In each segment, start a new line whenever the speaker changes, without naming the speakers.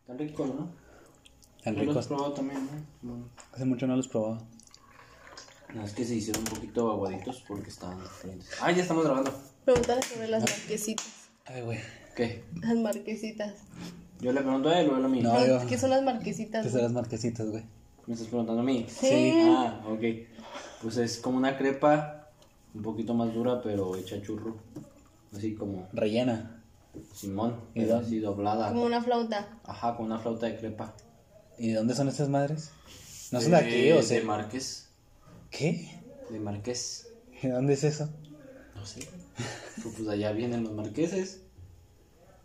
Están ricos, ¿no?
Tan
Yo los
ricos.
he probado también, ¿no? Bueno.
Hace mucho no los probaba.
No, es que se hicieron un poquito aguaditos porque estaban calientes. Ah, ya estamos grabando.
Pregúntale sobre las marquesitas.
Ay, güey.
¿Qué?
Las marquesitas.
Yo le pregunto a él o él a mí.
No, yo.
¿Qué son las marquesitas?
Te las marquesitas, güey.
¿Me estás preguntando a mí?
Sí.
Ah, ok. Pues es como una crepa un poquito más dura, pero hecha churro. Así como
Rellena.
Simón.
¿Y
pero
dónde?
Así doblada.
Como una flauta.
Ajá, con una flauta de crepa.
¿Y dónde son estas madres? ¿No son de aquí o
De
sea?
Marqués.
¿Qué?
De Marqués.
¿De ¿Dónde es eso?
No sé. Pues, pues allá vienen los marqueses.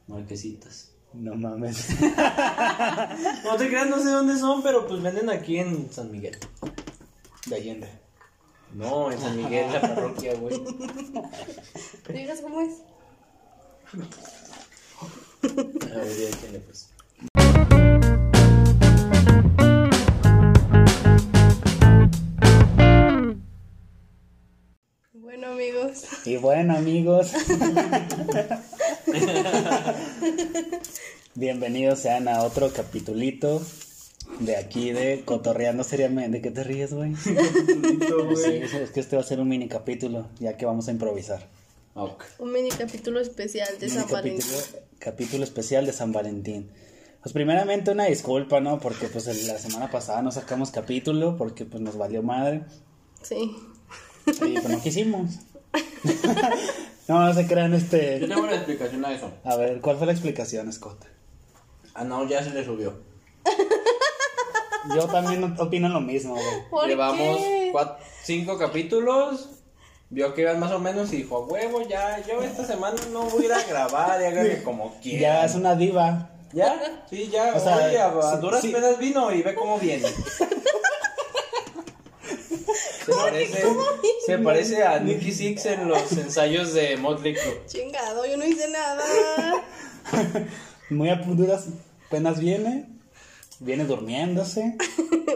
Marquesitas.
No mames.
No te creas, no sé dónde son, pero pues venden aquí en San Miguel.
De Allende.
No, en San Miguel, la parroquia, güey.
¿Te digas cómo es?
A ver, ya tiene, pues.
Bueno, amigos.
Y bueno, amigos. Bienvenidos sean a otro capitulito de aquí de Cotorreando Seriamente. ¿De qué te ríes, güey? Sí, es, es que este va a ser un mini capítulo, ya que vamos a improvisar.
Ok.
Un mini capítulo especial de
Mini
San
capítulo,
Valentín.
capítulo especial de San Valentín. Pues primeramente una disculpa, ¿no? Porque pues el- la semana pasada no sacamos capítulo porque pues nos valió madre.
Sí.
Y pues no quisimos. no, no se crean
Yo
este...
tengo una explicación a eso.
A ver, ¿cuál fue la explicación, Scott?
Ah, no, ya se le subió.
Yo también opino lo mismo, güey.
¿Por
Llevamos
qué?
cuat- cinco capítulos. Vio que iban más o menos y dijo, a huevo, ya, yo esta semana no voy a ir a grabar, ya que como
Ya
quiera.
es una diva.
Ya, sí, ya,
O sea,
oye, a, a
sí,
duras
sí.
penas vino y ve cómo viene. Se parece, se parece a Nicky Six en los ensayos de Motley Crue.
Chingado, yo no hice nada.
Muy a duras penas viene. Viene durmiéndose.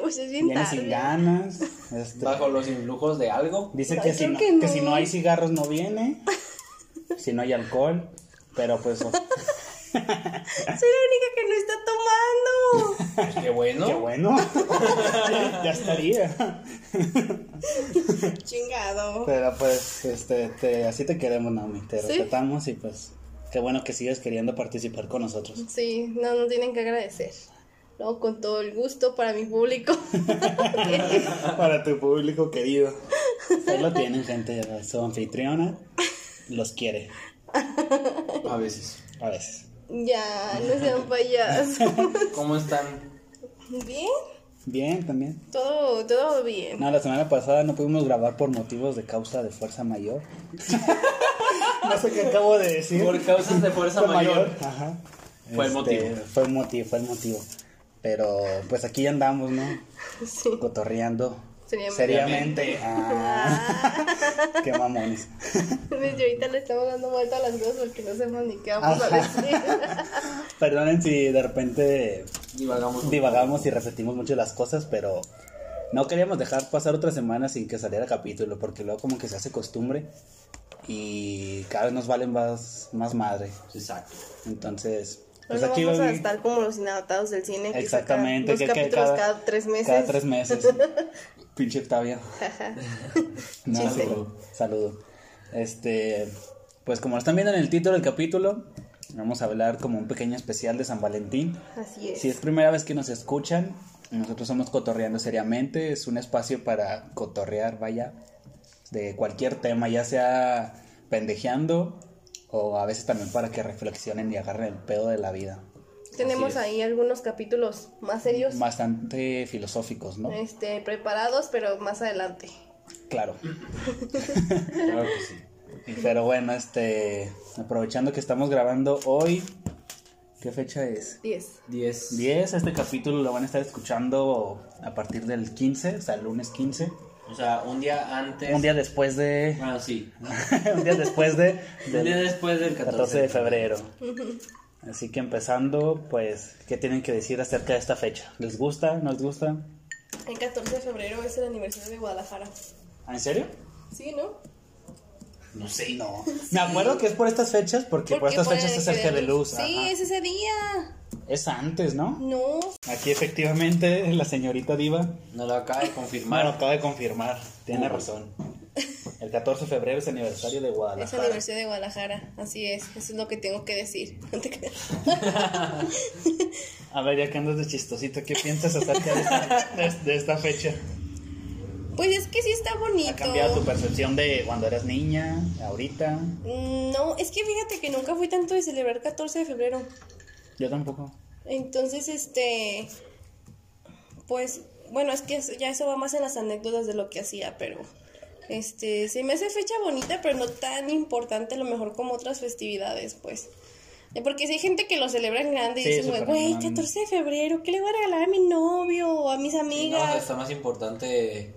pues es bien
Viene sin
tarde.
ganas. este,
Bajo los influjos de algo.
Dice
Ay,
que si,
creo
no,
que no.
que si no hay cigarros no viene, si no hay alcohol, pero pues o-
Soy la única que no está tomando.
Pues qué bueno.
qué bueno, ya estaría.
Chingado.
Pero pues este, te- así te queremos Naomi, te
Sí.
respetamos y pues qué bueno que sigues queriendo participar con nosotros.
Sí, no, no tienen que agradecer. No, con todo el gusto para mi público.
Para tu público querido. Ahí lo tienen gente, su anfitriona los quiere
A veces.
a veces.
ya, no sean payasos.
¿Cómo están?
Bien,
Bien también.
todo, todo bien.
No, la semana pasada no pudimos grabar por motivos de causa de fuerza mayor. no sé qué acabo de decir.
Por causas de fuerza
Fue
mayor.
Ajá. Este,
Fue el motivo.
Fue el motivo, fue el motivo. Pero pues aquí andamos, ¿no?
Sí.
Cotorreando.
Seriamente.
Seriamente. Ah, qué mamones.
Desde ahorita le estamos dando vuelta a las cosas porque no sabemos ni qué vamos a decir.
Perdonen si de repente
Divagamos. un
divagamos y repetimos mucho las cosas, pero no queríamos dejar pasar otra semana sin que saliera capítulo, porque luego como que se hace costumbre y cada vez nos valen más, más madre.
poco. Exacto.
Entonces,
Pues
pues aquí
vamos
va-
a estar como los inadaptados del cine. Que
Exactamente,
sacan
que-
dos
que
capítulos cada, tres meses.
Cada tres meses. Pinche Octavio.
Ajá.
No,
Chiste.
saludo. Saludo. Este, pues como lo están viendo en el título del capítulo, vamos a hablar como un pequeño especial de San Valentín.
Así es.
Si es primera vez que nos escuchan, nosotros somos Cotorreando Seriamente, es un espacio para cotorrear, vaya, de cualquier tema, ya sea pendejeando o a veces también para que reflexionen y agarren el pedo de la vida.
Tenemos
Así es.
ahí algunos capítulos más serios.
Bastante filosóficos, ¿no?
Este, preparados, pero más adelante.
Claro.
Claro que sí.
Pero bueno, este, aprovechando que estamos grabando hoy, ¿qué fecha es?
10.
10.
10, este capítulo lo van a estar escuchando a partir del 15, o sea, el lunes 15,
O sea, un día antes.
un día después de
Bueno, sí.
un día después de
Un día
del
después del 14,
14 de febrero. Así que empezando, pues, ¿qué tienen que decir acerca de esta fecha? ¿Les gusta? ¿No les gusta?
El 14 de febrero es el aniversario de Guadalajara.
¿Ah, ¿En serio?
¿Sí, no?
No sé.
No. Me acuerdo que es por estas fechas porque por
Porque
estas
fue
fechas es
que
el que de luz.
Sí,
ajá.
es ese día.
Es antes, ¿no?
No,
Aquí efectivamente la señorita Diva
No lo acaba de
me lo
confirmar.
acaba de confirmar. Tiene
Uh.
razón. El 14 de febrero es aniversario de
es
Guadalajara.
Universidad de Guadalajara, así es, eso es lo que tengo que decir. No te creas.
A ver, ya que andas de chistosito, ¿qué piensas acerca de esta, de- de esta fecha?
Pues es que sí está bonito.
¿Ha cambiado tu percepción de cuando eras niña, ahorita?
Mm, No, es que fíjate que nunca fui tanto de celebrar 14 de febrero.
Yo tampoco.
Entonces, este, pues, bueno, es que eso- ya eso va más en las anécdotas de lo que hacía, pero, este, se me hace fecha bonita, pero no tan importante a lo mejor como otras festividades, pues. Eh, Porque si hay gente que lo celebra en grande y
Sí,
dices,
súper
güey,
grande.
14 de febrero, ¿qué le voy a regalar a mi novio o a mis
Sí, no, o sea,
amigas?
está más importante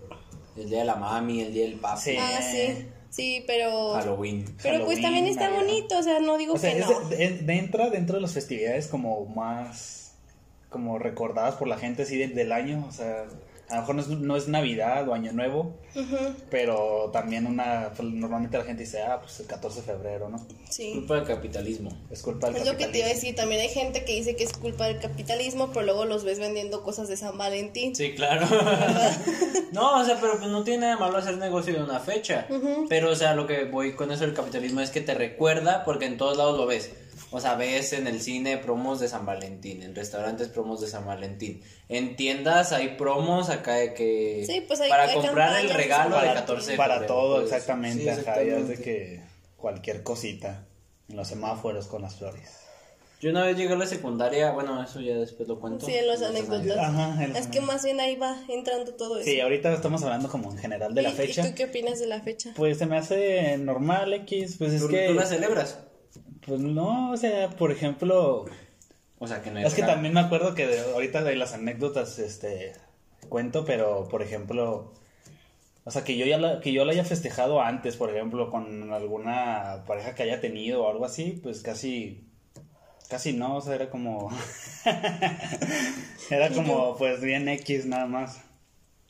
el día de la mami, el día del papi,
Sí.
Ah, sí, sí, pero,
Halloween.
pero pues
Eh, Halloween,
también está
Navidad.
bonito, o sea, no digo
O sea,
que
es
no.
de- de- de- entra dentro de las festividades como más como recordadas por la gente así del, del año, o sea, a lo mejor no es, no es Navidad o Año Nuevo,
Ujú,
pero también una pues, normalmente la gente dice, ah, pues el 14 de febrero, ¿no?
sí.
Culpa del capitalismo.
Es culpa del
Es lo que te iba a
capitalismo.
decir, también hay gente que dice que es culpa del capitalismo, pero luego los ves vendiendo cosas de San Valentín.
Sí, claro. no, o sea, pero pues no tiene nada de malo hacer negocio de una fecha. Pero, o sea, lo que voy con eso del capitalismo es que te recuerda porque en todos lados lo ves. O sea, ves en el cine promos de San Valentín, en restaurantes promos de San Valentín, en tiendas hay promos acá de que
Sí, pues hay-
para
hay
comprar el
campañas,
regalo
Para-
de 14 de
para
febrero,
todo,
pues.
exactamente,
Sí,
ajá, ya es
exactamente.
de que cualquier cosita en los semáforos con las flores.
Yo una vez llegué a la secundaria, bueno, eso ya después lo cuento.
Sí, en los
Esas
anécdotas.
Ajá, el-
Es que más bien ahí va entrando todo eso.
Sí, ahorita estamos hablando como en general de la
¿Y-
fecha.
¿Y tú qué opinas de la fecha?
Pues se me hace normal X, pues es
¿Tú,
que
tú las celebras?
Pues no, o sea, por ejemplo,
O sea, que no hay
es que
regalo.
también me acuerdo que de- ahorita de las anécdotas, este, cuento, pero por ejemplo, o sea, que yo ya la, que yo la haya festejado antes, por ejemplo, con alguna pareja que haya tenido o algo así, pues casi, casi no, o sea, era como, era como, pues bien X nada más.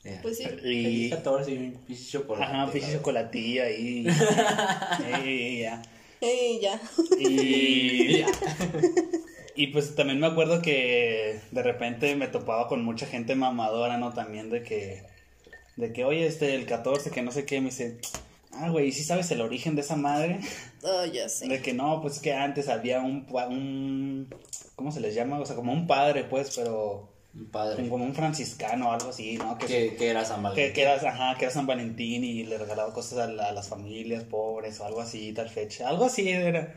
Ya.
Pues sí.
Y,
Feliz 14 y un pinche chocolate.
ajá, pinche
claro.
chocolatilla ahí, y ya.
Y ya.
Y, y pues también me acuerdo que de repente me topaba con mucha gente mamadora, ¿no? También de que, de que, oye, este, el 14, que no sé qué, me dice, ah, güey, ¿y ¿sí sabes el origen de esa madre?
Oh, ya sé.
De que no, pues es que antes había un, pa- un, ¿cómo se les llama? O sea, como un padre, pues, pero
Un padre.
como un franciscano o algo así, ¿no? Que,
Que, que era San
que,
Valentín.
que era, ajá, que era San Valentín y le regalaba cosas a, la- a las familias pobres o algo así, tal fecha. Algo así era.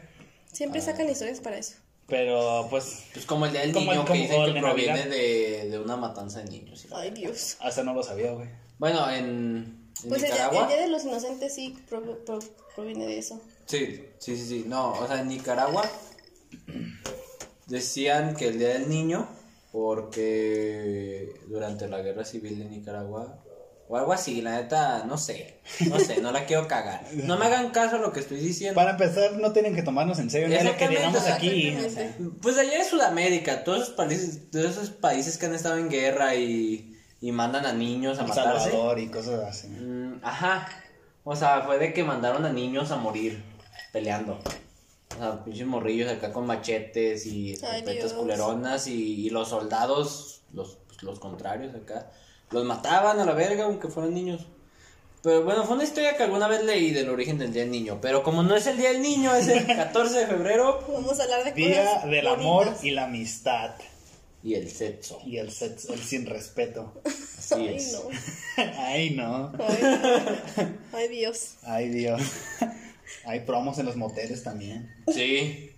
Siempre
Ah.
sacan historias para eso.
Pero pues
Pues como el día del
Como el-
niño que
como el
dicen
de
que
Navidad.
proviene de, de una matanza de niños. ¿sí?
Ay, Dios.
hasta Ah, no lo sabía, güey.
Bueno, en, en
Pues el día,
Nicaragua.
el Día de los Inocentes sí pro- pro- proviene de eso.
Sí, sí, sí, sí. No, o sea, en Nicaragua decían que el día del niño, porque durante la guerra civil de Nicaragua, o algo así, la neta, no sé, no sé, no la quiero cagar. No me hagan caso a lo que estoy diciendo.
Para empezar, no tienen que tomarnos en serio, no es lo que
Exactamente,
digamos aquí.
exactamente.
o sea.
Pues allá de Sudamérica, todos esos países, todos esos países que han estado en guerra y, y mandan a niños a
El
matarse.
Salvador y cosas así.
Mm, ajá. O sea, fue de que mandaron a niños a morir peleando. O sea, pinches morrillos acá con machetes y
Ay,
escopetas
Dios.
culeronas y, y los soldados, los, pues, los contrarios acá, los mataban a la verga aunque fueran niños. Pero bueno, fue una historia que alguna vez leí del origen del Día del Niño. Pero como no es el Día del Niño, es el 14 de febrero
Vamos a hablar de
Día
cosas
del
bonitas.
amor y la amistad.
y el sexo.
Y el sexo, el sin respeto.
Así
Ay,
es.
no.
Ay, no.
Ay, ay, Dios.
Ay, Dios. Hay promos en los moteles también.
Sí.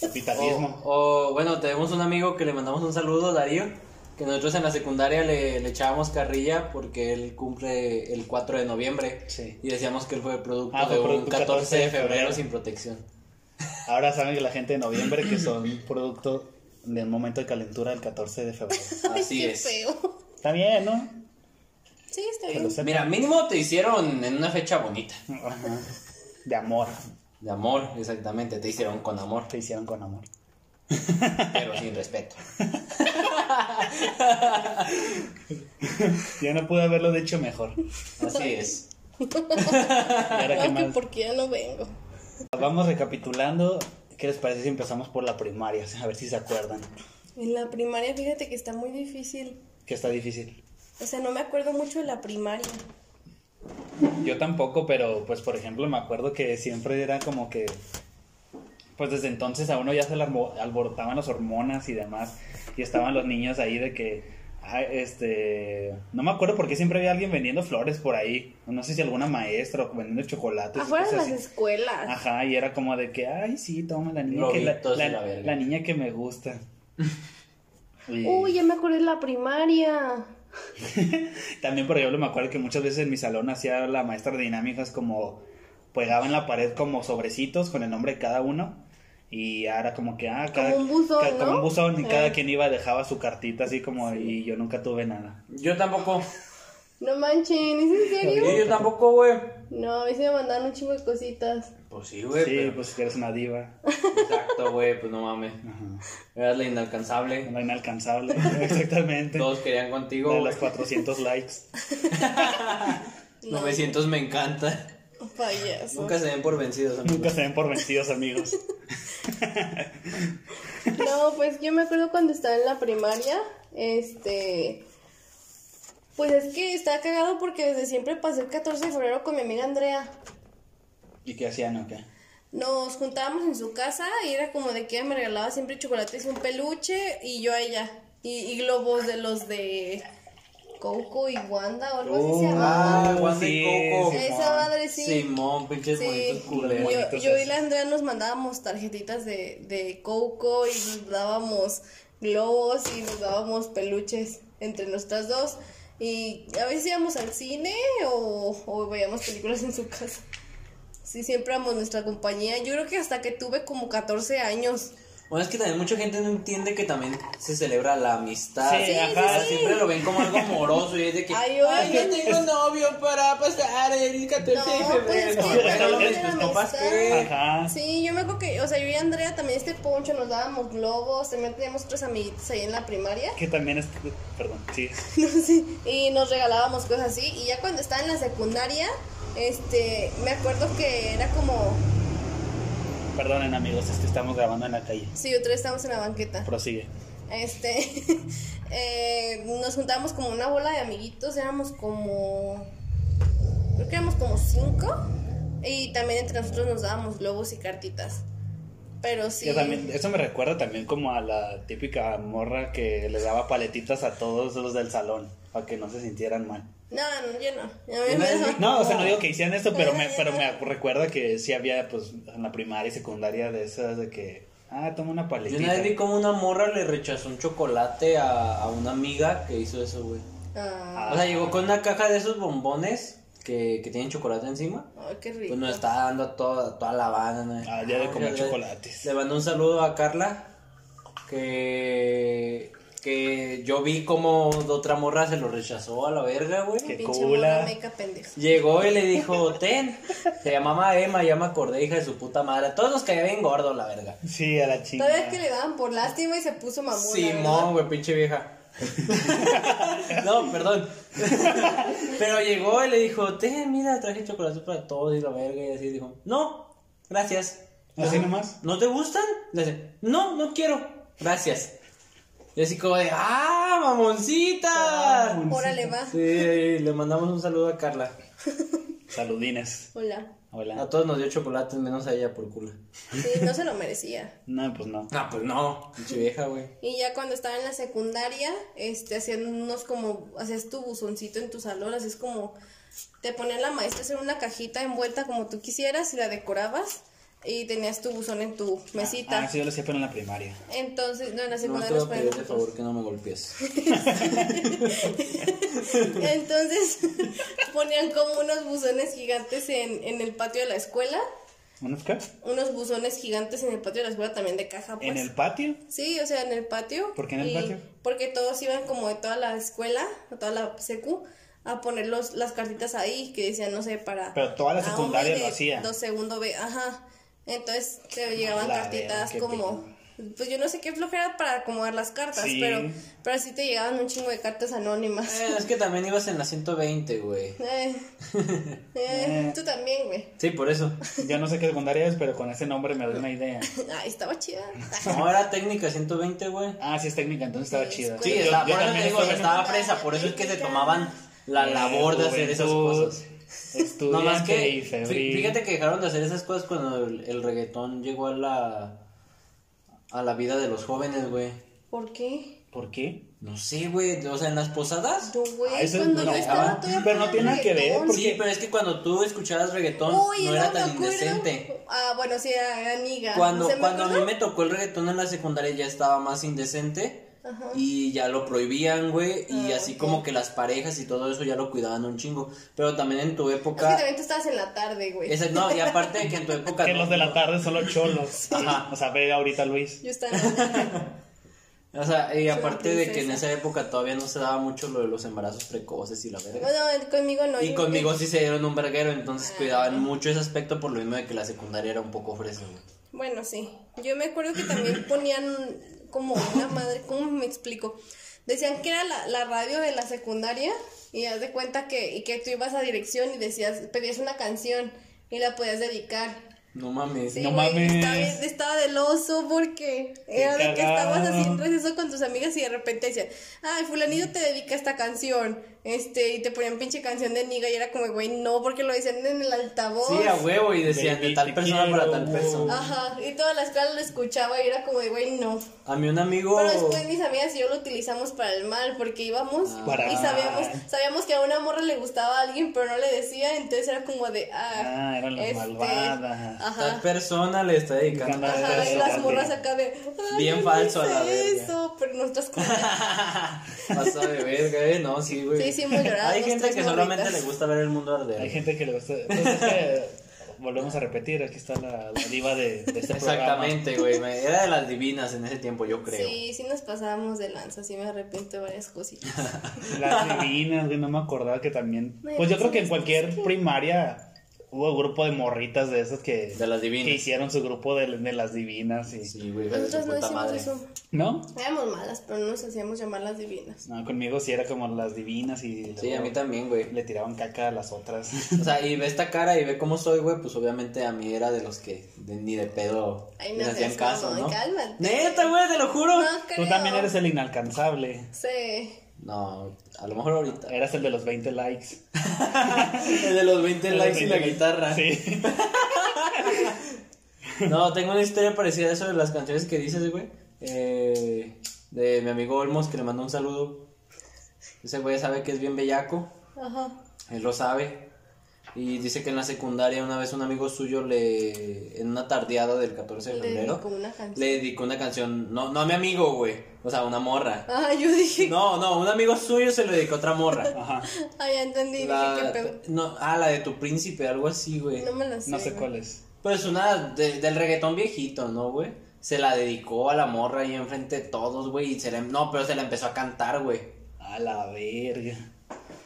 Capitalismo.
O, o, bueno, tenemos un amigo que le mandamos un saludo, Darío, que nosotros en la secundaria le, le echábamos carrilla porque él cumple el 4 de noviembre.
Sí.
Y decíamos que él fue producto
Ah, fue
de un
producto
14, de
14 de febrero.
febrero sin protección.
Ahora saben que la gente de noviembre que son producto de un momento de calentura del 14 de febrero.
Ay,
Así
qué
es.
feo.
Está bien, ¿no?
Sí, está
Que lo
bien.
sepan.
Mira, mínimo te hicieron en una fecha bonita.
Ajá. De amor.
De amor, exactamente. Te hicieron con amor,
Te hicieron con amor.
pero sin respeto.
Yo no pude haberlo dicho mejor.
Así es.
Y ahora, ¿qué
No, que
más?
porque ya no vengo.
Vamos recapitulando. ¿Qué les parece si empezamos por la primaria? A ver si se acuerdan.
En la primaria, fíjate que está muy difícil.
Que está difícil.
O sea, no me acuerdo mucho de la primaria.
Yo tampoco, pero pues por ejemplo me acuerdo que siempre era como que, pues desde entonces a uno ya se le albo- alborotaban las hormonas y demás, y estaban los niños ahí de que, ah, este, no me acuerdo por qué siempre había alguien vendiendo flores por ahí, no sé si alguna maestra o vendiendo chocolates. y
Afuera
pues,
de
cosas
las
así.
escuelas.
Ajá, y era como de que, ay, sí, toma la niña, que, la,
Globitos y
la-
la verga.
la niña que me gusta. Y-
Uy, ya me acordé de la primaria.
También, por ejemplo, me acuerdo que muchas veces en mi salón hacía la maestra de dinámicas como pegaba en la pared como sobrecitos con el nombre de cada uno y ahora como que ah, cada,
un buzón,
ca- como
¿no?
un buzón y
Ah.
cada quien iba dejaba su cartita así como y yo nunca tuve nada.
Yo tampoco.
No manchen, ¿es en serio?
Yo, yo tampoco, güey.
No, a mí se me mandaron un chingo de cositas.
Pues sí, güey.
sí,
pero-
pues que eres una diva,
Exacto, güey, pues no mames. Eras la inalcanzable.
una inalcanzable, exactamente.
Todos querían contigo.
La de
güey.
las 400 likes.
900 me encanta.
Payaso.
Nunca se den por vencidos, amigos.
Nunca se ven por vencidos, amigos.
No, pues yo me acuerdo cuando estaba en la primaria, este... Pues es que estaba cagado porque desde siempre pasé el 14 de febrero con mi amiga Andrea.
¿Y qué hacían o qué?
Nos juntábamos en su casa y era como de que ella me regalaba siempre chocolates y un peluche y yo a ella. Y, y globos de los de Coco y Wanda o algo así se llamaba.
ah, Wanda y Coco.
Simón.
Esa madre sí.
Simón, pinches
Sí,
bonitos culeros.
yo,
bonitos
yo y
esos.
la Andrea nos mandábamos tarjetitas de, de Coco y nos dábamos globos y nos dábamos peluches entre nuestras dos. Y a veces íbamos al cine o, o veíamos películas en su casa. Sí, siempre éramos nuestra compañía. Yo creo que hasta que tuve como 14 años.
Bueno, es que también mucha gente no entiende que también se celebra la amistad.
Sí, Sí, ajá. sí, sí.
Siempre lo ven como algo amoroso y es de que.
Ay,
Ay,
yo-
yo tengo novio para pasar el 14
No,
de
pues es
febrero.
que
Pero
también
ves,
era
tus papás,
amistad.
¿qué?
Ajá.
Sí, yo me acuerdo que, o sea, yo y Andrea también este poncho nos dábamos globos, también teníamos otros amiguitos ahí en la primaria.
Que también es... Perdón, sí.
No sé, y nos regalábamos cosas así. Y ya cuando estaba en la secundaria, este, me acuerdo que era como,
Perdonen, amigos, es que estamos grabando en la calle.
sí, otra vez estábamos en la banqueta.
Prosigue.
Este, eh, nos juntábamos como una bola de amiguitos, éramos como, creo que éramos como cinco. Y también entre nosotros nos dábamos globos y cartitas. Pero sí.
Yo también- eso me recuerda también como a la típica morra que le daba paletitas a todos los del salón para que no se sintieran mal.
No, no, yo no. A mí
Yo
me
no-
daba-
No, o sea, no digo que hicieran esto, pero me, pero me recuerda que sí había, pues, en la primaria y secundaria de esas de que, ah, toma una
Yo una
paletita.
vez vi como una morra le rechazó un chocolate a, a una amiga que hizo eso, güey.
Ah,
O sea, llegó con una caja de esos bombones que, que tienen chocolate encima.
ay, qué rico.
Pues nos está dando a toda, toda la banda. ¿no?
Ah, ya de
Ah,
comer
ya, ya.
chocolates.
Le mando un saludo a Carla. Que, que yo vi como otra morra se lo rechazó a la verga, güey.
Qué ah.
Pinche
cula.
morra meca pendejo.
Llegó y le dijo, ten. Se llamaba Emma, ya me acordé, hija de su puta madre. A todos los caía bien gordo, la verga.
Sí, a la chingada.
Todavía es que le daban por lástima y se puso mamona.
Simón, güey, pinche vieja. no, perdón. Pero llegó y le dijo, ten, mira, traje chocolate para todos y la verga. Y así dijo, no, gracias.
Así nomás.
¿No te gustan? Le dice, no, no quiero. Gracias. Y así como de, ¡ah, mamoncita!
¿verdad? Órale,
Ah,
va.
Sí, ahí le mandamos un saludo a Carla.
Saludines.
Hola.
A
Hola.
todos nos dio chocolates, menos a ella por culo.
Sí, no se lo merecía.
No, pues no.
Ah, pues no. Pinche vieja, güey.
Y ya cuando estaba en la secundaria, este, hacían unos como, hacías tu buzoncito en tu salón, así es como, te ponían la maestra a hacer una cajita envuelta como tú quisieras y la decorabas y tenías tu buzón en tu mesita.
Ah, sí, yo lo hacía, pero en la primaria.
Entonces, no, en la
No te
secundaria
voy
nos
a pedir
ponían
de
los
favor que no me golpees.
Entonces, ponían como unos buzones gigantes en, en el patio de la escuela,
¿Unos
Ah,
qué?
unos buzones gigantes en el patio de la escuela también de caja, pues.
¿En el patio?
Sí, o sea, en el patio.
¿Por qué en el
Y-
patio?
Porque todos iban como de toda la escuela, de toda la secu, a poner los, las cartitas ahí que decían, no sé, para...
Pero toda la
a
secundaria
hombre
lo
de
hacía.
Dos segundo B, ajá. Entonces te llegaban
La verga,
cartitas
qué
como
pena.
pues yo no sé qué flojera para acomodar las cartas,
Sí.
pero, pero así te llegaban un chingo de cartas anónimas.
Eh, es que también ibas en la 120, güey.
Eh. Eh, tú también, güey.
Sí, por eso.
Yo no sé qué secundaria es, pero con ese nombre me doy una idea.
Ay, estaba chida.
No, era técnica 120, güey.
Ah, sí, es técnica, entonces estaba chida.
Sí,
Yo-
estaba,
yo
por eso
también
te digo,
estuve-
estaba presa, por eso es que se tomaban la labor de hacer esas
Eh, Juventud,
cosas.
Estudiante
No más
y
que, fí-
febril.
fíjate que dejaron de hacer esas cosas cuando el, el reggaetón llegó a la, a la vida de los jóvenes, güey.
¿Por qué?
¿Por qué?
No sé, güey, o sea, en las posadas.
No, güey,
Ah, eso es
cuando yo
broma.
estaba todavía
Pero no
poniendo
tiene nada que ver,
reggaetón.
porque-
Sí, pero es que cuando tú escuchabas reggaetón
Uy,
no era
me
tan
acuerdo.
indecente.
Ah, bueno, sí, era, era niga.
Cuando,
¿Se me
cuando a mí
acuerda?
me tocó el reggaetón en la secundaria ya estaba más indecente y ya lo prohibían, güey, y
Ah,
así
ok.
como que las parejas y todo eso ya lo cuidaban un chingo. Pero también en tu
Es que
época...
también tú estabas en la tarde, güey.
esa- no, y aparte de que en tu época...
Que
no-
los de la tarde son los cholos. O sea, ve ahorita Luis.
Yo estaba en la
O sea, y aparte de que en
princesa.
esa época todavía no se daba mucho lo de los embarazos precoces y la verga.
Bueno, conmigo no.
Y
yo creo
conmigo
que-
sí se dieron un verguero, entonces
Ah.
cuidaban mucho ese aspecto por lo mismo de que la secundaria era un poco fresa, güey.
Bueno, sí. Yo me acuerdo que también ponían como una madre, ¿cómo me explico? Decían que era la, la radio de la secundaria y haz de cuenta que, y que tú ibas a dirección y decías, pedías una canción y la podías dedicar.
No mames.
Sí,
No
güey,
mames.
Estaba, bien- estaba del oso porque era de que
cagado.
estabas haciendo eso con tus amigas y de repente decían, ay, fulanito te dedica a esta canción. Este, y te ponían pinche canción de niga y era como, güey, no, porque lo decían en el altavoz.
Sí, a huevo, y decían de
Baby,
tal
te
persona para
quiero,
tal
wow.
persona.
Ajá, y toda la escuela lo escuchaba y era como de, güey, no.
A mí un amigo...
Oh.
Pero después mis amigas y yo lo utilizamos para el mal, porque íbamos
Ah. Para-
y sabíamos, sabíamos que a una morra le gustaba a alguien, pero no le decía, entonces era como de, ah,
Ah, eran las malvadas.
Tal
Ajá.
persona le está dedicando a
Ajá,
tal
Ajá, y las
persona.
morras acá de "Ay,
Bien
no
falso a la
hice
verga.
eso, pero nosotros como
Pasa de verga, eh, no, sí, güey.
Sí, sí, hemos llorado,
Hay
los
gente
tres
que solamente
morritas.
le gusta ver el mundo arder.
Hay gente que le gusta. Pues es que volvemos a repetir, aquí está la, la diva de, de este
Exactamente, güey. me- Era de las divinas en ese tiempo, yo creo.
Sí, sí nos pasábamos de lanza, sí me arrepiento de varias cositas.
programa. Las divinas, güey, no me acordaba que también. Pues yo creo que en cualquier primaria hubo grupo de morritas de esas que,
De las
que
divinas.
hicieron su grupo de, de las divinas. Y,
Sí, güey, hija de
Nosotros
su
no
puta
hicimos
madre.
eso.
¿No?
Éramos malas, pero no nos hacíamos llamar las divinas.
No, conmigo sí era como las divinas y.
Sí, a mí
luego
también, güey.
Le tiraban caca a las otras.
O sea, y ve esta cara y ve cómo soy, güey, pues obviamente a mí era de los que de- ni de pedo
Ay,
les
no
hacían
seas
caso,
mamón,
¿no?
cálmate.
Neta, güey, te lo juro.
No
Tú
creo.
también eres el inalcanzable.
Sí.
No, a lo mejor ahorita.
Eras el de los 20 likes.
El de los 20 likes y la
20
guitarra.
Sí.
No, tengo una historia parecida a eso de las canciones que dices, güey. Eh, de mi amigo Olmos, que le mandó un saludo. Ese güey sabe que es bien bellaco,
Ajá.
él lo sabe. Y dice que en la secundaria una vez un amigo suyo le... En una tardeada del 14 de
Le dedicó
febrero,
una canción.
le dedicó una canción... No, no a mi amigo, güey. O sea, una morra.
Ah, yo dije.
No, no, un amigo suyo se lo dedicó a otra morra.
Ajá.
Ah, ya entendí. Dije,
La-
qué pedo.
no, ah, la de tu príncipe, algo así, güey.
No me la sé.
No sé
güey.
cuál es.
Pues una de- del reggaetón viejito, ¿no, güey? Se la dedicó a la morra ahí enfrente de todos, güey. Y se la, em-, no, pero se la empezó a cantar, güey.
A la verga.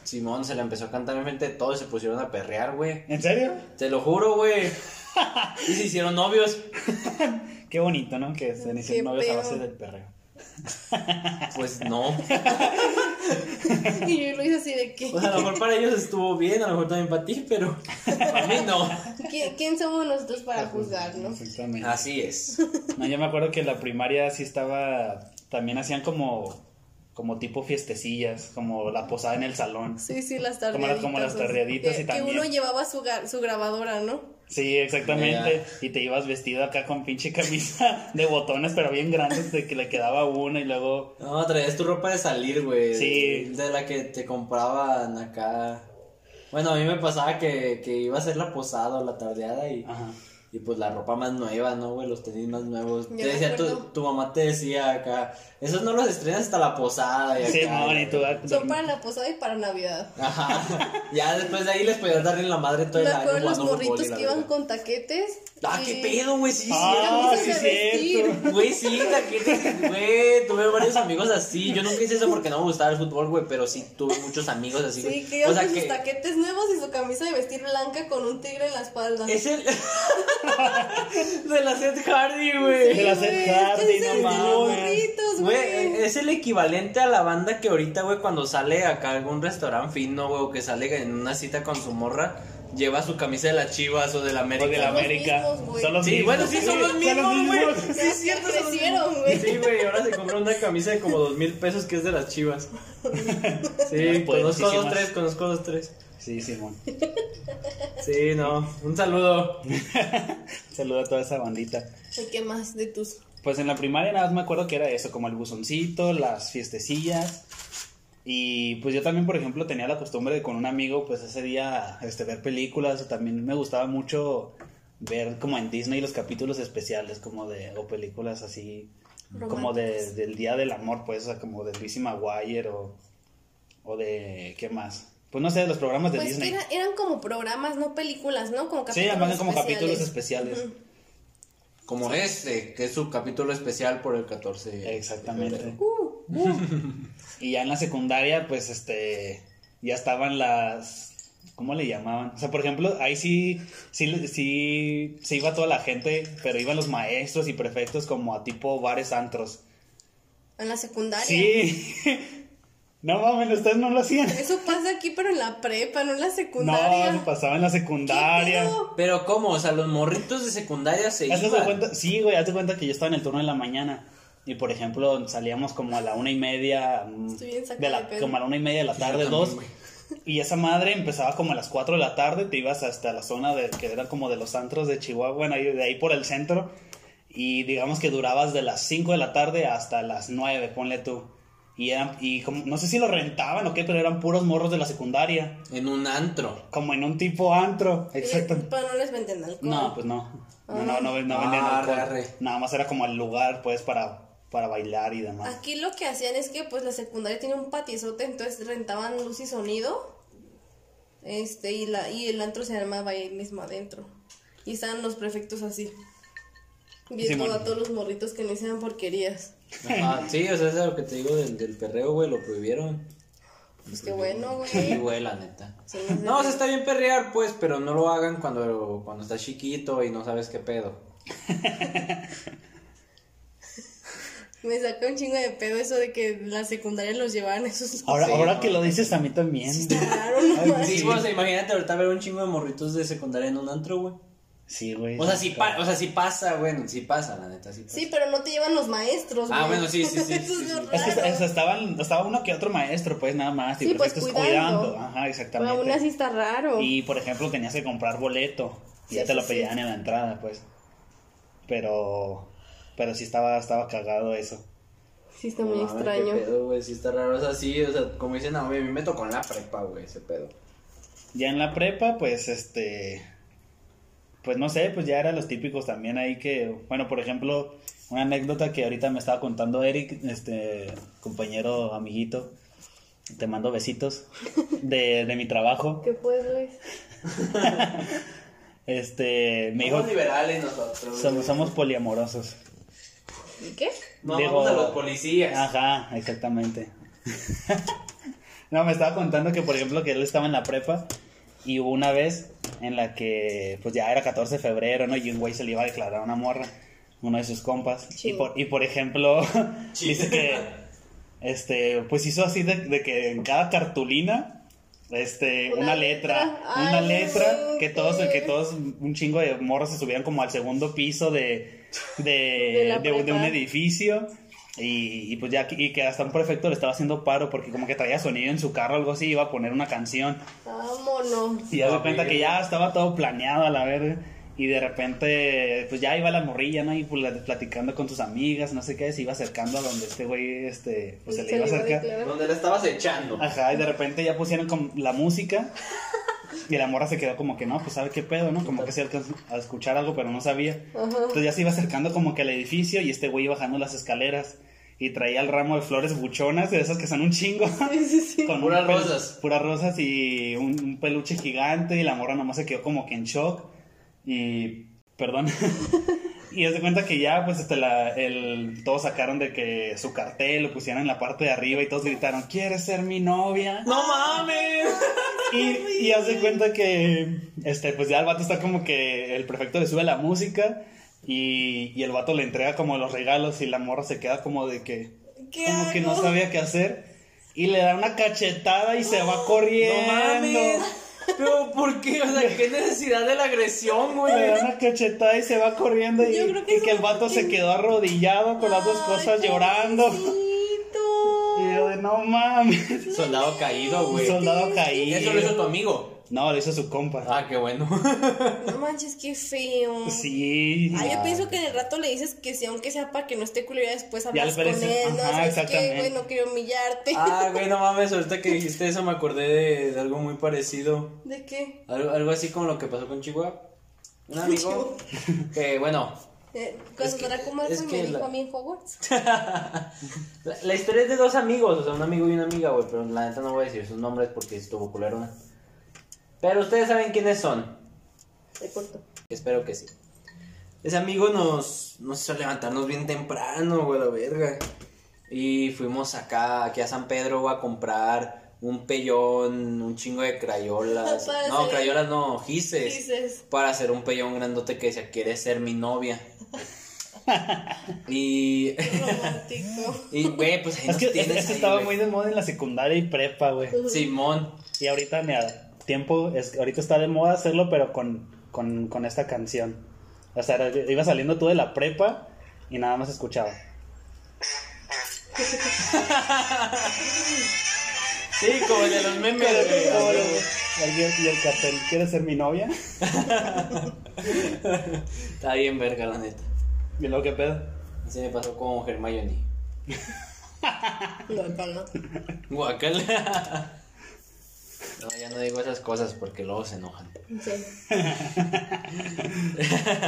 Simón se la empezó a cantar enfrente de todos y se pusieron a perrear, güey.
¿En serio?
Te lo juro, güey. Y se hicieron novios.
Qué bonito, ¿no? Que se
Qué
inician novios a
pedo.
base del perreo.
Pues no.
Y yo lo hice así de que.
O sea, a lo mejor para ellos estuvo bien, a lo mejor también para ti, pero para mí no.
¿Qui- ¿Quién somos nosotros para juzgar, no?
Exactamente.
Así es.
No, yo me acuerdo que en la primaria sí estaba. También hacían como. Como tipo fiestecillas, como la posada en el salón.
Sí, sí, las
Como
tardeaditas.
las- como las
o sea,
tardeaditas y
que,
también-
Que uno llevaba su, ga- su grabadora, ¿no?
Sí, exactamente. Y te ibas vestido acá con pinche camisa de botones, pero bien grandes, de que le quedaba una y luego
No, traías tu ropa de salir, güey.
Sí.
De la que te compraban acá. Bueno, a mí me pasaba que, que iba a ser la posada o la tardeada y,
Ajá.
y pues la ropa más nueva, ¿no, güey? Los tenis más nuevos.
Yo
Te
me
decía, tu,
acuerdo.
tu mamá te decía acá, esos no los estrenas hasta la posada. Y
Sí,
acá,
amor,
güey.
y tú ah,
Son para la posada y para Navidad.
Ajá. Ya después de ahí les podías darle en la madre todo
Me
el año
acuerdo los
jugando fútbol y
morritos
la
que iban
verga.
con taquetes.
Ah,
y-
qué pedo, güey, sí,
Ah,
sí, era muy
Camisas
sí,
de vestir.
cierto.
Güey, sí, taquete, güey, tuve varios amigos así. Yo nunca hice eso porque no me gustaba el fútbol, güey, pero sí tuve muchos amigos así. güey.
Sí, que iban
o sea
con sus
que
taquetes nuevos y su camisa de vestir blanca con un tigre en la espalda.
es el De la Seth Hardy, güey.
De la Seth
Güey,
Hardy, no
estos son de los
mames.
burritos,
Güey, eh,
güey.
es el equivalente a la banda que ahorita, güey, cuando sale acá a algún restaurante fino, güey, o que sale en una cita con su morra, lleva su camisa de las chivas o de la América.
O de la
Son los
América.
mismos, güey.
Son los
Sí,
mismos.
bueno, sí, son los mismos, güey. Sí, es cierto, son los
Crecieron,
mismos.
güey.
Sí, güey, ahora se compra una camisa de como dos mil pesos que es de las chivas. Sí,
Las
conozco dos,
potentísimas.
tres, conozco dos, tres.
Sí, Simón.
Sí, no, un saludo.
Saluda a toda esa bandita.
¿Y qué más de tus?
Pues en la primaria nada más me acuerdo que era eso, como el buzoncito, las fiestecillas. Y pues yo también, por ejemplo, tenía la costumbre de con un amigo, pues ese día, este, ver películas. o También me gustaba mucho ver como en Disney los capítulos especiales, como de, o películas así, como de,
Románticas.
del Día del Amor, pues, o sea, como de Lizzie McGuire o, o de, ¿qué más? Pues no sé, los programas de
Pues
Disney.
que era- eran como programas, no películas, ¿no? Como
Sí,
capítulos
además como capítulos
especiales.
especiales.
Como este, que es su capítulo especial por el 14.
Exactamente.
Uh,
Y ya en la secundaria, pues, este, ya estaban las, ¿cómo le llamaban? O sea, por ejemplo, ahí sí, sí, sí, se iba toda la gente, pero iban los maestros y prefectos como a tipo bares antros.
en la secundaria.
Sí. No mames, ustedes no lo hacían.
Eso pasa aquí, pero en la prepa, no en la secundaria.
No, se pasaba en la secundaria.
¿Qué pedo?
Pero ¿cómo? O sea, los morritos de secundaria se
Hazte
iban.
cuenta, sí, güey, hazte cuenta que yo estaba en el turno de la mañana. Y por ejemplo, salíamos como a la una y media. mm,
Estoy bien sacada
de la,
de pedo.
Como a la una y media de la tarde,
yo también,
dos.
güey.
Y esa madre empezaba como a las cuatro de la tarde. Te ibas hasta la zona de, que era como de los antros de Chihuahua, bueno, ahí- de ahí por el centro. Y digamos que durabas de las 5 de la tarde hasta las 9, ponle tú. Y, eran, y como, no sé si lo rentaban o qué, pero eran puros morros de la secundaria.
En un antro.
Como en un tipo antro. Exacto.
Eh, Pero no les venden alcohol.
No, pues no. No, no, no, no
Ah,
vendían alcohol.
arre.
Nada más era como el lugar, pues, para, para bailar y demás.
Aquí lo que hacían es que pues la secundaria tiene un patizote, entonces rentaban luz y sonido. Este, y la, y el antro se armaba ahí mismo adentro. Y estaban los prefectos así. Viendo
Simón.
a todos los morritos que no hicieran porquerías.
Ajá, sí, o sea, eso es lo que te digo del, del perreo, güey, lo prohibieron.
Pues qué bueno,
Sí,
güey.
güey, la neta.
Sí, no sé.
No, o sea, está bien perrear, pues, pero no lo hagan cuando, cuando estás chiquito y no sabes qué pedo.
Me saca un chingo de pedo eso de que la secundaria los llevaban a esos
Ahora,
Sí,
ahora
no.
que lo dices a mí también.
Claro, no
Ay,
mames.
Sí,
Sí.
Ah. güey, o sea, imagínate ahorita ver un chingo de morritos de secundaria en un antro, güey.
Sí, güey.
O sea, sí, pa- o sea, sí pasa, güey, sí pasa, la neta, sí pasa.
Sí, pero no te llevan los maestros,
Ah,
güey.
bueno, sí, sí, sí,
Eso
sí,
es
sí.
lo
Es que
raro.
es- estaban, estaba uno que otro maestro, pues, nada más. Y
Sí, pues,
prefectos
cuidando.
Ajá,
Pero
exactamente.
aún así está raro.
Y, por ejemplo, tenías que comprar boleto. Y
Sí,
ya te
sí,
lo
sí.
pedían en la entrada, pues. Pero... Pero sí estaba, estaba cagado eso.
Sí, está muy
No mames,
extraño.
Qué pedo, güey, sí está raro, o sea, sí, o sea, como dicen a mí, a mí me tocó en la prepa, güey, ese pedo.
Ya en la prepa, pues este. Pues no sé, pues ya eran los típicos también ahí que. Bueno, por ejemplo, una anécdota que ahorita me estaba contando Eric, este compañero, amiguito. Te mando besitos de, de mi trabajo.
¿Qué puedes, Luis?
Este, me dijo,
Somos liberales nosotros.
somos,
güey.
somos poliamorosos.
¿Qué?
No
Digo-
vamos a los policías.
Ajá, exactamente. no, me estaba contando que, por ejemplo, que él estaba en la prepa y hubo una vez en la que, pues ya era 14 de febrero, ¿no? Y un güey se le iba a declarar a una morra, uno de sus compas. Y
Chido.
por, y por ejemplo,
Chido.
dice que, este, pues hizo así de, de que en cada cartulina, este,
Una
una, letra,
letra.
una
Ay,
letra,
no
que todos,
manches.
que todos, un chingo de morros se subían como al segundo piso de,
De
de,
la
de un- de un
prepa.
edificio edificio y, y pues ya que- y que hasta un prefecto le estaba haciendo paro porque como que traía sonido en su carro o algo así iba a poner una canción
Vámonos.
y ya
Ah,
se cuenta que
mira.
ya estaba todo planeado a la verga y de repente pues ya iba la morrilla no y pues, la- platicando con sus amigas no sé qué se iba acercando a donde este güey este pues se le iba a acercar
declarar.
Donde la estabas echando.
Ajá, y de repente ya pusieron como la música. Y la morra se quedó como que no, pues sabe qué pedo, ¿no? Como que se alcanzó a escuchar algo, pero no sabía. Entonces ya se iba acercando como que al edificio y este güey iba bajando las escaleras y traía el ramo de flores buchonas, de esas que son un chingo. Con un
Puras
pelu-
rosas.
Puras rosas y un, un peluche gigante y la morra nomás se quedó como que en shock. Y, perdón. Y haz de cuenta que ya, pues, hasta la, el, todos sacaron de que su cartel lo pusieran en la parte de arriba y todos gritaron, ¿quieres ser mi novia?
¡No mames!
Y, y haz de cuenta que, este, pues ya el vato está como que el prefecto le sube la música y, y el vato le entrega como los regalos y la morra se queda como de que,
¿Qué
como que no
hago?
sabía qué hacer. Y le da una cachetada y se va corriendo.
¡No mames! Pero ¿por qué? O sea, ¿qué necesidad de la agresión, güey?
Le da una cachetada y se va corriendo. Y,
Yo creo que
y
es
el vato se quedó arrodillado con las dos cosas llorando. Y yo de no mames.
Soldado caído,
Un
güey.
soldado caído.
Eso lo hizo tu amigo.
No, lo hizo su compa.
Ah, qué bueno.
No manches, qué feo.
Sí.
Ah, yo
Ay.
pienso que en el rato le dices que sí, aunque sea para que no esté culera después
al
hablas con
parecer,
él, ¿no?
ajá,
¿Sabes qué?
exactamente.
Güey, no quiero humillarte.
Ah, güey, no mames, ahorita que dijiste eso me acordé de, de algo muy parecido.
¿De qué?
Algo, algo así como lo que pasó con Chihuahua. Un amigo que, bueno,
Eh, Cuando
que-
Draco como
es
me
que
dijo
la-
a mí en Hogwarts.
La, la historia es de dos amigos, o sea, un amigo y una amiga, güey, pero la neta no voy a decir sus nombres porque estuvo culerona. Pero ustedes saben quiénes son.
Te corto.
Espero que sí. Ese amigo nos, nos hizo levantarnos bien temprano, güey, la verga. Y fuimos acá, aquí a San Pedro, güey, a comprar un pellón, un chingo de crayolas.
Para
No,
hacer-
crayolas no, gises.
Gises.
Para hacer un pellón grandote que decía, ¿quieres ser mi novia? y...
Romántico.
Y, güey, pues ahí
Es
nos
que
tienes
esto
ahí,
estaba
güey.
muy de moda en la secundaria y prepa, güey.
Simón.
Y ahorita, mira, tiempo, es, ahorita está de moda hacerlo, pero con, con, con esta canción. O sea, era- iba saliendo tú de la prepa y nada más escuchaba.
Sí, como el de los memes. güey.
Alguien- Y el cartel, ¿quieres ser mi novia?
Está bien verga, la neta.
Y luego, ¿qué pedo?
Así me pasó con Hermione.
No, calma.
Guacala. No, ya no digo esas cosas porque luego se enojan.
Sí.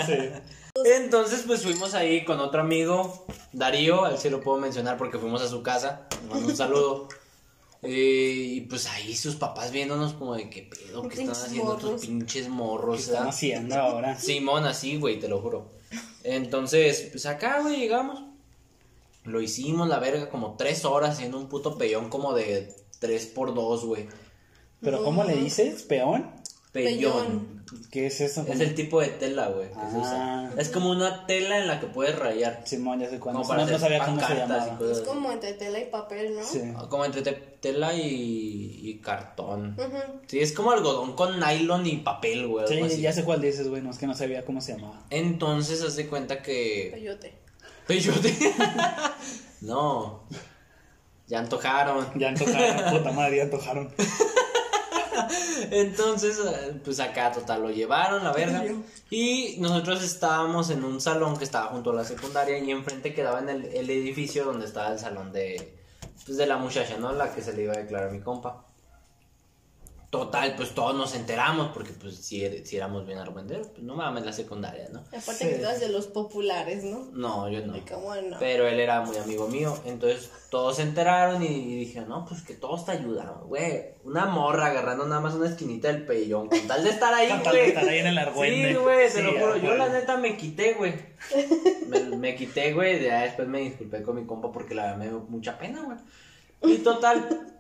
Sí.
Entonces, pues fuimos ahí con otro amigo, Darío, al sí lo puedo mencionar porque fuimos a su casa. Le mando un saludo. Eh, y pues ahí sus papás viéndonos como de qué pedo, qué están
Pinches
haciendo
morros.
tus pinches morros.
¿Qué están
¿verdad?
haciendo ahora?
Simón, así, güey, te lo juro. Entonces, pues acá, güey, llegamos. Lo hicimos, la verga, como tres horas haciendo un puto pellón como de 3 por 2 güey.
¿Pero cómo le dices? ¿Peón?
Pellón.
¿Qué es eso?
Es el tipo de tela, güey, que se
Ah.
usa. Es como una tela en la que puedes rayar.
Simón, ya sé
Como
cuándo. No,
para
no
hacer
sabía cómo se
pancartas y
llamaba.
cosas
Es
así.
como entre tela y papel, ¿no?
Sí.
Como entre te- tela y, y cartón.
Ujú.
Sí, es como algodón con nylon y papel, güey. algo
Sí,
así.
ya sé cuál dices, güey. No, es que no sabía cómo se llamaba.
Entonces, haz de cuenta que.
Peyote.
Peyote. no. Ya antojaron.
Ya antojaron, puta madre, ya antojaron.
Entonces, eh, pues acá total lo llevaron, la verga. Y nosotros estábamos en un salón que estaba junto a la secundaria y enfrente quedaba en el, el edificio donde estaba el salón de pues de la muchacha, ¿no? La que se le iba a declarar mi compa. Total, pues todos nos enteramos porque pues si, er- si éramos bien argüenderos, pues no mames la secundaria, ¿no?
Aparte
Sí.
que tú eras de los populares, ¿no?
No, yo no.
Ay, cómo no.
Pero él era muy amigo mío. Entonces todos se enteraron y, y dije, no, pues que todos te ayudamos, güey. Una morra agarrando nada más una esquinita del pellón. Con tal de estar ahí,
Con
güey.
tal de estar ahí en el argüende.
Sí, güey,
Sí,
te lo juro. Yo la
argüende.
neta me quité, güey. Me, me quité, güey. Ya después me disculpé con mi compa porque la verdad me dio mucha pena, güey. Y total.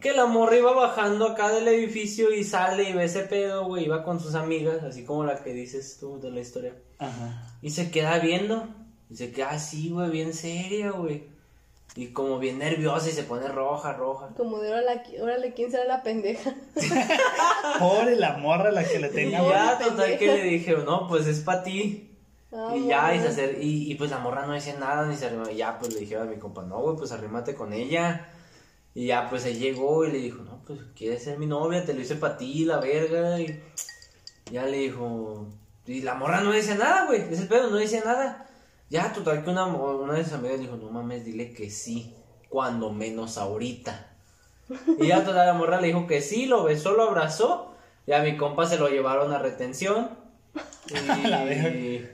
Que la morra iba bajando acá del edificio y sale y ve ese pedo, güey. Iba con sus amigas, así como la que dices tú de la historia.
Ajá.
Y se queda viendo. Y se queda así, güey, bien seria, güey. Y como bien nerviosa y se pone roja, roja.
Como de órale, órale, ¿quién será la pendeja?
Pobre la morra la que le
Y
tenga.
Pobre
ya, total,
pendeja.
que le dije, no, pues es para ti.
Ah,
Y ya, y, se
Vámonos.
acer- y, y pues la morra no decía nada, ni se arrimó. Y ya, pues le dije a mi compa, no, güey, pues arrímate con ella. Y ya, pues él llegó y le dijo, no, pues quieres ser mi novia, te lo hice para ti, la verga. Y ya le dijo, y la morra no decía nada, güey, ese pedo no decía nada. Ya, total, que una, mo- una de sus amigas dijo, no mames, dile que sí, cuando menos ahorita. Y ya toda la morra le dijo que sí, lo besó, lo abrazó. Y a mi compa se lo llevaron a retención. Y,
La verga.
y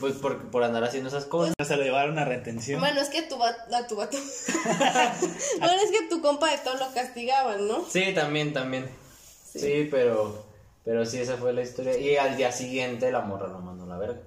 pues por, por andar haciendo esas cosas.
Se lo llevaron a retención.
Bueno, es que tu vato, a tu vato. bueno, es que tu compa de todo lo castigaban, ¿no?
Sí, también, también. Sí, pero pero sí, esa fue la historia. Y al día siguiente la morra lo mandó a la verga.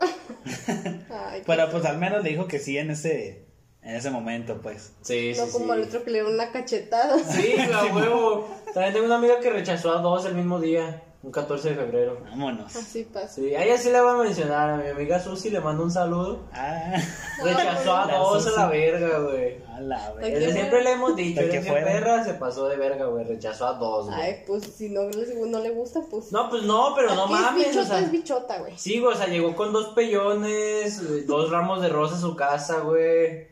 Ay, qué-
Pero pues al menos le dijo que sí en ese, en ese momento, pues.
Sí, sí,
no como
sí. Ah.
al otro que le dieron una cachetada.
Sí, a huevo. También tengo una amiga que rechazó a dos el mismo día, un 14 de febrero.
Vámonos.
Así pasa.
Sí, a ella sí le voy a mencionar, a mi amiga Susi le mando un saludo.
Ah,
Rechazó a
La
dos a la
Susi.
verga, güey.
a la
Ay,
vez.
Desde
qué
siempre le hemos dicho,
La que
eres bien
fuera.
perra, se pasó de verga, güey. Rechazó a dos, güey.
Ay, pues si no, no le gusta, pues.
No, pues no, pero no
Aquí Es
mames,
bichota,
o sea.
es bichota, güey.
Sí, güey, o sea, llegó con dos pellones, eh, dos ramos de rosa a su casa, güey.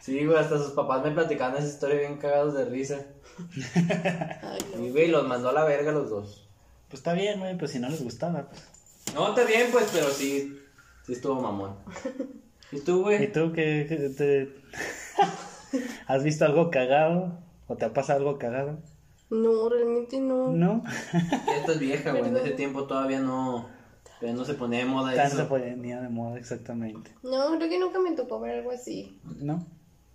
Sí, güey, hasta sus papás me platicaban esa historia bien cagados de risa.
Ay,
Y,
no.
güey, los mandó a la verga los dos.
Pues está bien, güey, pues si no les gustaba. Pues.
No, está bien, pues, pero sí, sí estuvo mamón. ¿Y tú,
¿Y
güey?
tú qué qué te- has visto algo cagado? ¿O te pasa algo cagado?
No, realmente no.
¿No?
Ya estás vieja, güey, en ese tiempo todavía no, todavía no se ponía de moda
Tanto
eso.
ponía de moda exactamente.
No, creo que nunca me tocó ver algo así.
¿No?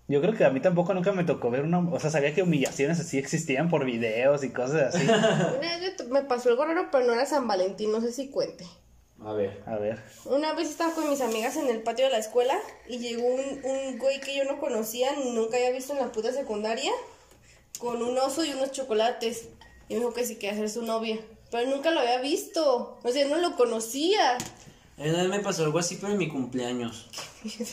Yo creo que a mí tampoco nunca me tocó ver una... O sea, sabía que humillaciones así existían por videos y cosas así.
Una vez me pasó algo raro, pero no era San Valentín, no sé si cuente.
A ver.
A ver.
Una vez estaba con mis amigas en el patio de la escuela y llegó un, un güey que yo no conocía, nunca había visto en la puta secundaria, con un oso y unos chocolates. Y me dijo que sí quería ser su novia, pero nunca lo había visto, o sea, no lo conocía.
A mí Eh, una vez me pasó algo así, pero en mi cumpleaños.
Yo,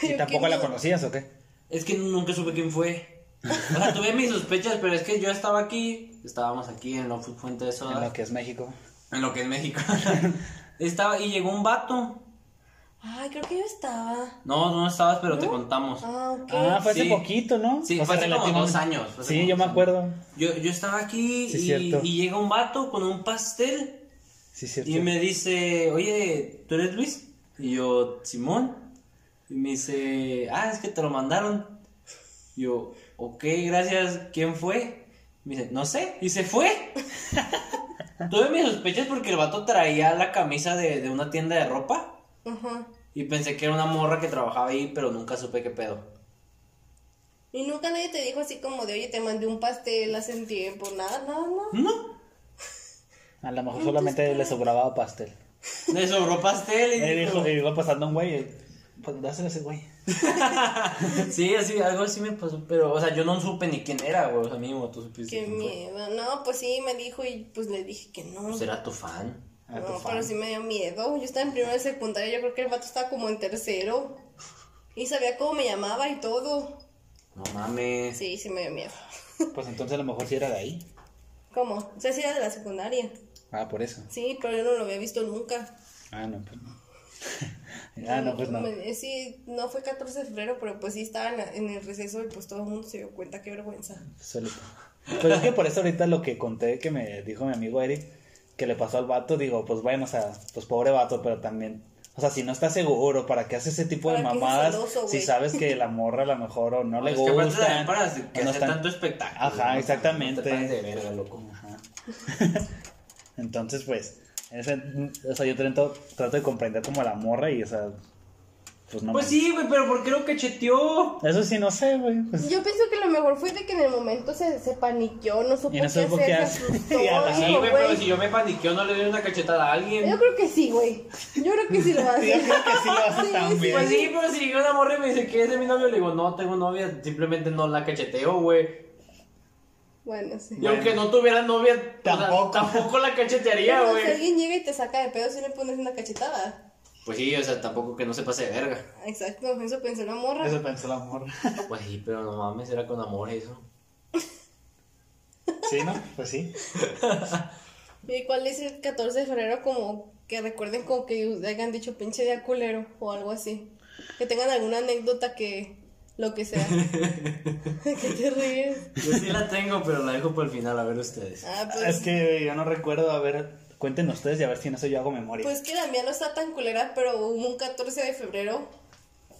¿Y tampoco
¿qué
la
no?
conocías o qué?
Es que nunca supe quién fue. O sea, tuve mis sospechas, pero es que yo estaba aquí, estábamos aquí en la fu- fuente de soda.
En lo que es México.
En lo que es México. estaba, y llegó un vato.
Ay, creo que yo estaba.
No, no estabas, pero te contamos.
Ah, ok.
Ah, fue
Sí.
hace poquito, ¿no?
Sí,
O
fue
sea,
hace como
relativamente-
dos años, fue hace
Sí,
como
yo
dos
me
años.
acuerdo.
Yo, yo estaba aquí
Sí,
y,
cierto.
y llega un vato con un pastel
Sí, cierto.
y me dice, oye, ¿tú eres Luis? Y yo, Simón. Y me dice, ah, es que te lo mandaron. Y yo, ok, gracias, ¿quién fue? Me dice, no sé, y se fue. Tuve mis sospechas porque el vato traía la camisa de, de una tienda de ropa.
Ajá.
Y pensé que era una morra que trabajaba ahí, pero nunca supe qué pedo.
Y nunca nadie te dijo así como de, oye, te mandé un pastel hace un tiempo, nada, nada, nada.
No,
A lo mejor solamente le sobraba pastel.
le sobró pastel y
Y
dijo-
dijo, y iba pasando un güey. y, Pues dáselo a ese güey.
Sí, así, algo así me pasó, pero, o sea, yo no supe ni quién era, güey, o sea, mínimo tú supiste
Qué
quién fue.
miedo. No, pues sí, me dijo y pues le dije que no.
Pues era tu fan.
A tu
No,
fan.
pero sí me dio miedo. Yo estaba en primero de secundaria, yo creo que el vato estaba como en tercero. Y sabía cómo me llamaba y todo.
No mames.
Sí, sí me dio miedo.
Pues entonces a lo mejor sí era de ahí.
¿Cómo? O sea, sí era de la secundaria.
Ah, por eso.
Sí, pero yo no lo había visto nunca.
Ah, no, pues no. ah, no, pues no.
Me- eh, sí, no fue 14 de febrero, pero pues sí estaba en, la- en el receso y pues todo el mundo se dio cuenta, qué vergüenza.
Solo- Pues es que por eso ahorita lo que conté que me dijo mi amigo Eric, que le pasó al vato, digo, pues bueno, o sea, pues pobre vato, pero también, o sea, si no estás seguro, ¿para qué haces ese tipo de
¿Para qué eres
mamadas?
celoso,
si
güey?
sabes que la morra a lo mejor o no le
Es Pues que aparte
gusta.
también para que
o no
hacer
están-
tanto espectáculo.
Ajá,
¿no?
exactamente.
No te pases de verga, loco.
Ajá. Entonces, pues, ese- o sea, yo trato, trato de comprender como a la morra y, o sea, pues no.
Pues
me-
sí, güey, pero ¿por qué lo cacheteó?
Eso sí, no sé, güey. pues,
Yo pienso que lo mejor fue de que en el momento se, se paniqueó, no supo
Y
qué
no
hacer,
supo qué
se
hacer.
asustó.
Y a la-
dijo,
Sí, güey, pero
"Güey".
si yo me paniqueo no le doy una cachetada a alguien.
Yo creo que sí, güey. Yo creo que sí lo hace.
Yo creo que sí lo hace también.
Pues sí, pero si llega una morra y me dice que es de mi novio, le digo, no, tengo novia, simplemente no la cacheteo, güey.
Bueno, sí.
Y aunque no tuviera novia, o sea,
Tampoco.
tampoco la cachetearía,
Pero si
güey.
alguien llega y te saca de pedo, si le pones una cachetada.
Pues sí, o sea, tampoco que no se pase de verga.
Exacto, eso pensó la morra.
Eso pensó la morra.
Pues sí, pero no mames, era con amor eso.
Sí, ¿no? Pues sí.
¿Y cuál es el 14 de febrero como que recuerden como que hayan dicho pinche día culero o algo así? Que tengan alguna anécdota que lo que sea. que te ríes.
Yo sí la tengo, pero la dejo para el final, a ver ustedes.
Ah,
Es
pues,
que yo no recuerdo, a ver, cuenten ustedes y a ver si en eso yo hago memoria.
pues que la mía no está tan culera, pero hubo un 14 de febrero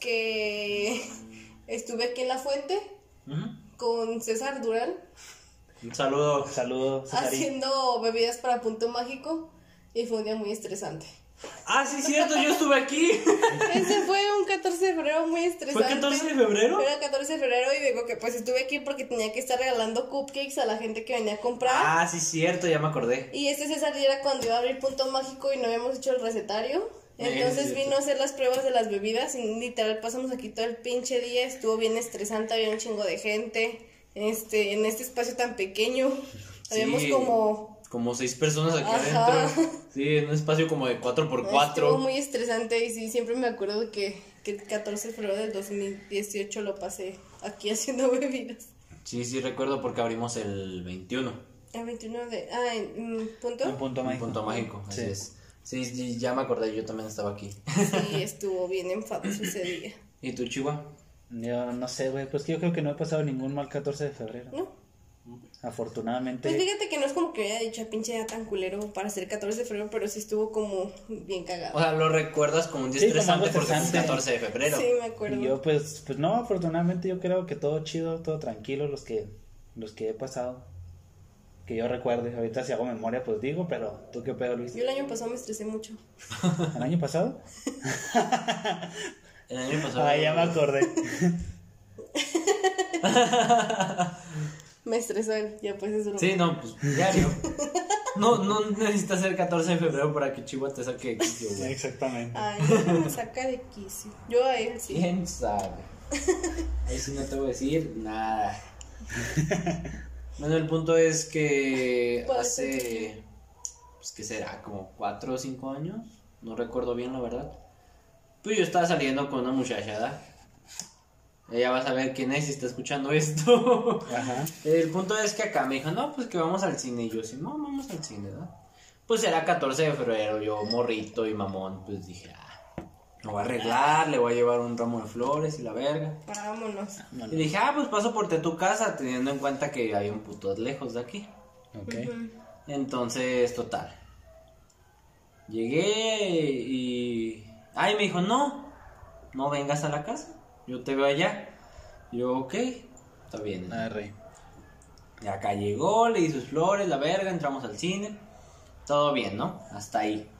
que estuve aquí en la fuente
Ujú.
con César Durán.
Un saludo.
Saludos,
ah,
Cesarín.
haciendo bebidas para punto mágico y fue un día muy estresante.
Ah, sí, cierto, yo estuve aquí.
Ese fue un 14 de febrero muy
¿Fue
estresante.
14 de febrero?
Era 14 de febrero y digo que pues estuve aquí porque tenía que estar regalando cupcakes a la gente que venía a comprar.
Ah, sí, cierto, ya me acordé.
Y este César era cuando iba a abrir punto mágico y no habíamos hecho el recetario. Entonces vino a hacer las pruebas de las bebidas y literal pasamos aquí todo el pinche día, estuvo bien estresante, había un chingo de gente, este, en este espacio tan pequeño, habíamos
Sí.
como
Como seis personas aquí
Ajá.
adentro. Sí, en un espacio como de 4 por
Estuvo
4
muy estresante y sí, siempre me acuerdo que, que el 14 de febrero del 2018 lo pasé aquí haciendo bebidas.
Sí, sí, recuerdo porque abrimos el 21.
El 21 de... Ah, en, mm,
Un
punto.
punto
Un
mágico.
punto mágico, así
Sí.
es. Sí, sí, ya me acordé, yo también estaba aquí.
Sí, estuvo bien enfadoso ese día.
¿Y tú, Chihuahua?
Yo no sé, güey, pues que yo creo que no he pasado ningún mal 14 de febrero.
¿No?
Afortunadamente.
Pues fíjate que no es como que haya dicho "Ah, pinche día tan culero para ser 14 de febrero, pero sí estuvo como bien
O
cagado.
sea, lo recuerdas como un día
Sí, como
estresante
algo
porque fue el
estresante.
14 de febrero.
Sí, me acuerdo.
Y yo pues, pues no, afortunadamente yo creo que todo chido, todo tranquilo, los que, los que he pasado. Que yo recuerde, ahorita si hago memoria pues digo, pero tú qué pedo Luis.
Yo el año pasado me estresé mucho.
¿El año pasado?
El año pasado.
Ah, ya me acordé.
Me estresé, ya pues es broma.
Sí, no, pues diario. No, no necesitas ser 14 de febrero para que Chihuahua te saque de quicio, güey.
Exactamente.
Ah.
Ay, no me saca de quicio. Yo a él sí.
¿Quién sabe? Ahí sí no te voy a decir nada. Bueno, el punto es que
Puede
hace, pues que será, como 4 o 5 años, no recuerdo bien la verdad. Pues yo estaba saliendo con una muchachada. Ella va a saber quién es si está escuchando esto.
Ajá.
El punto es que acá me dijo, no, pues que vamos al cine. Y yo, sí, no, vamos al cine, ¿verdad? Pues era 14 de febrero, yo morrito y mamón, pues dije, ah, lo voy a arreglar, le voy a llevar un ramo de flores y la verga.
Vámonos.
Y dije, ah, pues paso por tu casa, teniendo en cuenta que hay un puto lejos de aquí.
Ok.
Mm.
Entonces, total. Llegué y. Ay, me dijo, no, no vengas a la casa, yo te veo allá. Yo, ok, está bien.
Arre.
Y acá llegó, le di sus flores, la verga, entramos al cine. Todo bien, ¿no? Hasta ahí.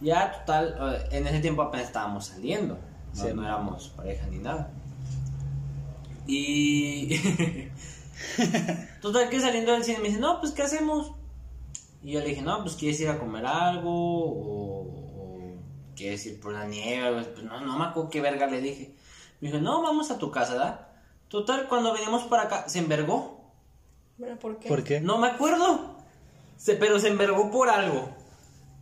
Ya, total, eh, en ese tiempo apenas estábamos saliendo. No,
Sí.
no éramos pareja ni nada. Y... total, que saliendo del cine me dice, no, pues, ¿qué hacemos? Y yo le dije, no, pues, ¿quieres ir a comer algo? ¿O, o quieres ir por la nieve? Pues, no, no me acuerdo qué verga le dije. Me dijo, no, vamos a tu casa, ¿da? Total, cuando veníamos para acá, se envergó.
Bueno, ¿por qué?
¿Por qué?
No me acuerdo. Se- pero se envergó por algo.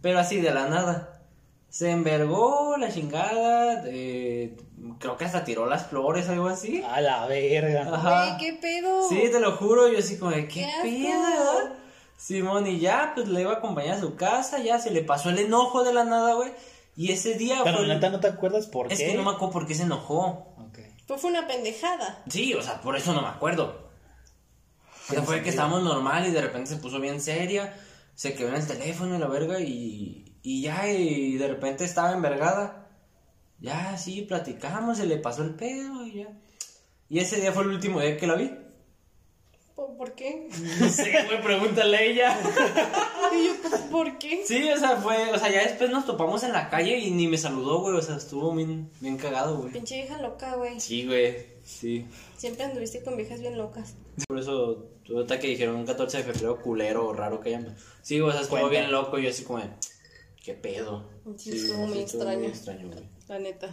Pero así de la nada. Se envergó la chingada. eh, creo que hasta tiró las flores, algo así.
A la verga.
Ajá.
Güey, ¿Qué pedo?
Sí, te lo juro. Yo así como de qué,
¡Qué asco!
pedo. Simón y ya, pues le iba a acompañar a su casa. Ya se le pasó el enojo de la nada, güey. Y ese día
Pero
fue-
neta no te acuerdas por
es
qué.
que no me acuerdo por qué se enojó.
Ok.
Pues fue una pendejada.
Sí, o sea, por eso no me acuerdo. O sea,
Tiene
fue que
sentido.
estábamos normal y de repente se puso bien seria, se quedó en el teléfono y la verga y, y ya, y de repente estaba envergada. Ya, sí, platicamos, se le pasó el pedo y ya. Y ese día fue el último día que la vi.
¿Por, por qué?
No sé, güey, pregúntale a ella.
Y yo, pues, ¿por qué?
Sí, o sea, fue, o sea, ya después nos topamos en la calle y ni me saludó, güey, o sea, estuvo bien, bien cagado, güey.
Pinche vieja loca, güey.
Sí, güey, sí.
Siempre anduviste con viejas bien locas.
Por eso, ahorita que dijeron un 14 de febrero culero o raro que hayan. Sí, o sea, estuvo
Cuenta.
bien loco y yo así como, de, ¿qué pedo?
Sí, estuvo muy extraño.
güey.
La neta.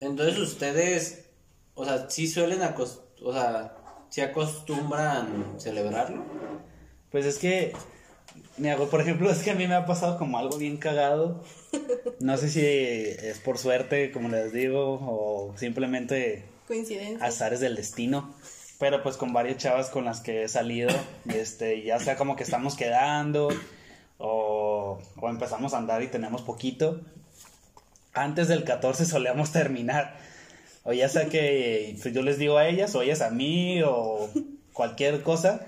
Entonces ustedes, o sea, sí suelen acos- o sea, sí acostumbran celebrarlo.
Pues es que, mira, güey, por ejemplo, es que a mí me ha pasado como algo bien cagado. No sé si es por suerte, como les digo, o simplemente
Coincidencia.
azares del destino. Pero pues con varias chavas con las que he salido, este, ya sea como que estamos quedando o, o empezamos a andar y tenemos poquito. Antes del 14 solemos terminar. O ya sea que pues, yo les digo a ellas o ellas a mí o cualquier cosa.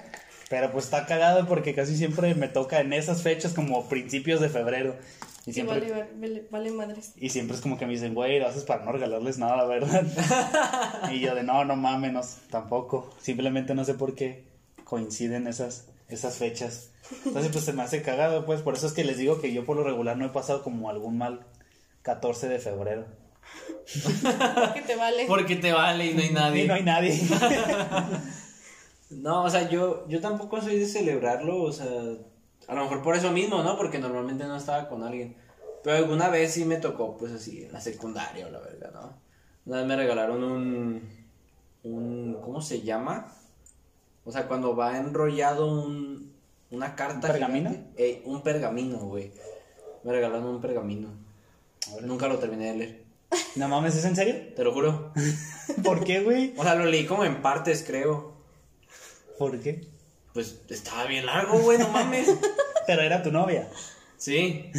Pero pues está cagado porque casi siempre me toca en esas fechas como principios de febrero. Y
Sí,
siempre,
vale, vale, vale madres.
y siempre es como que me dicen, güey, lo haces para no regalarles nada, ¿verdad? y yo de, no, no mames, no, tampoco. Simplemente no sé por qué coinciden esas, esas fechas. Entonces, pues se me hace cagado, pues. Por eso es que les digo que yo por lo regular no he pasado como algún mal 14 de febrero.
¿Qué te vale?
Porque te vale y no hay nadie.
Y no hay nadie.
No, o sea, yo, yo tampoco soy de celebrarlo, o sea, a lo mejor por eso mismo, ¿no? Porque normalmente no estaba con alguien. Pero alguna vez sí me tocó, pues así, en la secundaria o la verga, ¿no? Una vez me regalaron un, un ¿cómo se llama? O sea, cuando va enrollado un, una carta.
¿Un pergamino?
gigante. Eh, un pergamino, güey. Me regalaron un pergamino. Nunca lo terminé de leer,
No mames, ¿es en serio?
te lo juro.
¿Por qué, güey?
O sea, lo leí como en partes, creo.
¿Por qué?
Pues estaba bien largo, güey, no mames.
Pero era tu novia.
Sí.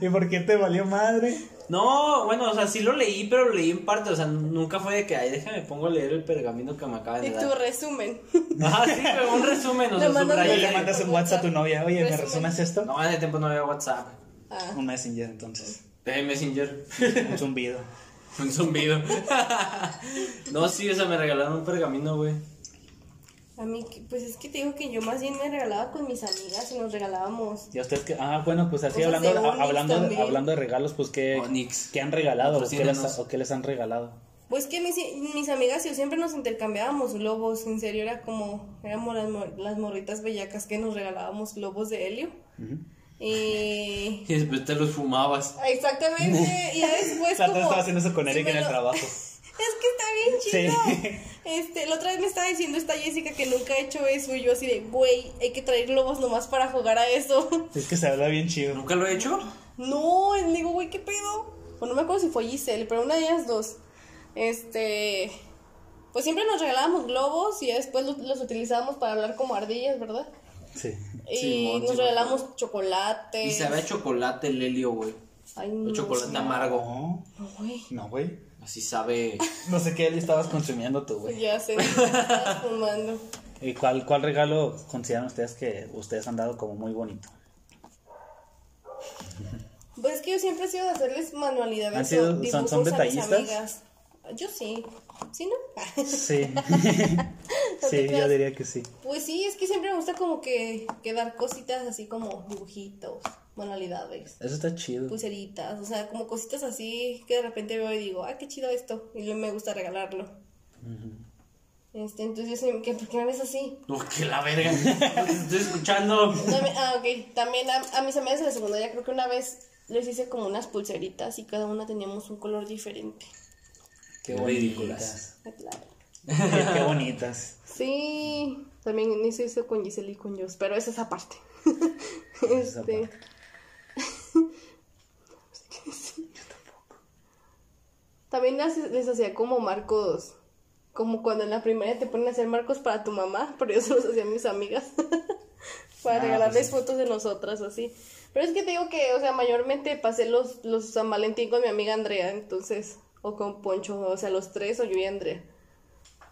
¿Y por qué te valió madre?
No, bueno, o sea, sí lo leí, pero lo leí en partes. O sea, nunca fue de que, ay, déjame pongo a leer el pergamino que me acaban de
Y tu
dar.
resumen.
Ah, sí, pero un resumen, o
Le
sea,
mandas
subrayé.
Ay,
le
ay,
mandas
por
un WhatsApp a tu
WhatsApp.
novia. Oye, ¿me
Resumen.
resumas esto?
No, en ese tiempo no había WhatsApp.
Ah.
Un Messenger, entonces.
Eh, Messenger.
Un zumbido.
Un zumbido. no, sí, o sea, me regalaron un pergamino, güey.
A mí, que- pues es que te digo que yo más bien me regalaba con mis amigas y nos regalábamos.
¿Y a ustedes qué? Ah, bueno, pues así
Cosas
hablando
de
de,
Onyx
hablando, de-
también.
hablando de regalos, pues ¿qué,
Onyx.
¿qué han regalado? ¿O qué, les,
Patrocínanos.
o qué les han regalado?
Pues que mis, mis amigas y yo siempre nos intercambiábamos globos. En serio, era como, éramos las, mor- las morritas bellacas que nos regalábamos globos de helio. Y
Y después te los fumabas.
Exactamente, y ya después
La otra
como...
estaba haciendo eso con
si
Eric
me
en el
lo-
trabajo.
Es que está bien chido.
Sí.
Este, la otra vez me estaba diciendo esta Jessica que nunca ha hecho eso y yo así de, güey, hay que traer globos nomás para jugar a eso.
Es que se habla bien chido.
¿Nunca lo he hecho?
No, y le digo, güey, ¿qué pedo? O no me acuerdo si fue Giselle, pero una de ellas dos. Este, pues siempre nos regalábamos globos y ya después los, los utilizábamos para hablar como ardillas, ¿verdad?
Sí.
Y
Simón,
nos
sí, me
regalamos chocolate.
Y sabe a chocolate el helio, güey.
Ay,
O
no,
chocolate
sí.
amargo.
No,
No, güey.
no, güey.
Así sabe.
No sé qué él estabas consumiendo tú, güey.
Ya sé, estás fumando.
¿Y cuál, cuál regalo consideran ustedes que ustedes han dado como muy bonito?
Pues es que yo siempre he sido de hacerles manualidades.
¿Han sido-
o
son-
dibujos
son
a mis
detallistas?
amigas. Yo sí. ¿Sí, no?
Sí. sí,
te
yo
creas.
diría que sí.
pues sí, es que siempre me gusta como que, que dar cositas así como dibujitos, manualidades,
Eso está chido.
Pues, pulseritas, o sea, como cositas así que de repente veo y digo, ah, qué chido esto, y luego me gusta regalarlo. Este, entonces yo soy- ¿qué- ¿por qué me ves así?
No, que la verga. No te Estoy escuchando.
Dame- ah, ok. También a, a mis amigas de la secundaria creo que una vez les hice como unas pulseritas y cada una teníamos un color diferente. Ah,
Qué
bonitas.
ridículas.
Claro.
Qué bonitas.
Sí, también eso hizo con Giselle y con Jos, pero es esa parte.
Es esa
este.
parte.
También las- les hacía como marcos, como cuando en la primaria te ponen a hacer marcos para tu mamá, pero yo se los hacía a mis amigas, para
Ah,
regalarles
pues sí.
fotos de nosotras, así. Pero es que te digo que, o sea, mayormente pasé los, los San Valentín con mi amiga Andrea, entonces, o con Poncho, o sea, los tres, o yo y Andrea.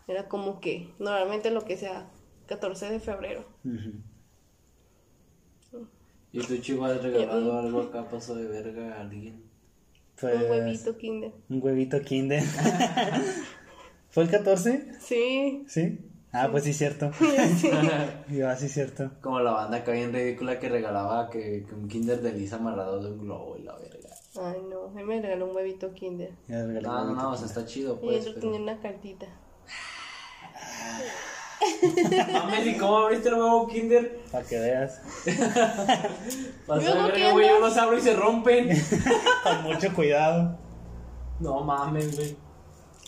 Era como que, normalmente lo que sea, 14 de febrero.
Ujú.
¿Y tú, chico, has
Eh,
regalado algo acá, paso de verga a alguien?
Pues,
Un huevito kinder.
Un huevito kinder. ¿Fue el 14?
Sí,
¿Sí? Ah, pues sí, cierto. Yo, ah, sí, cierto.
Como la banda acá bien ridícula que regalaba que, que un kinder de Lisa amarrado de un globo y la verga.
ay no, él me regaló un huevito kinder.
Ya regalé
No, no,
huevito
no, o sea,
kinder.
está chido,
Y el
pues.
otro
pero-
tenía una cartita.
Mames, ¿y cómo abriste el huevo Kinder?
Para que veas.
Pasó
Luego,
de
¿qué
verga, güey,
no?
yo los abro y se rompen.
Con mucho cuidado.
No mames, güey.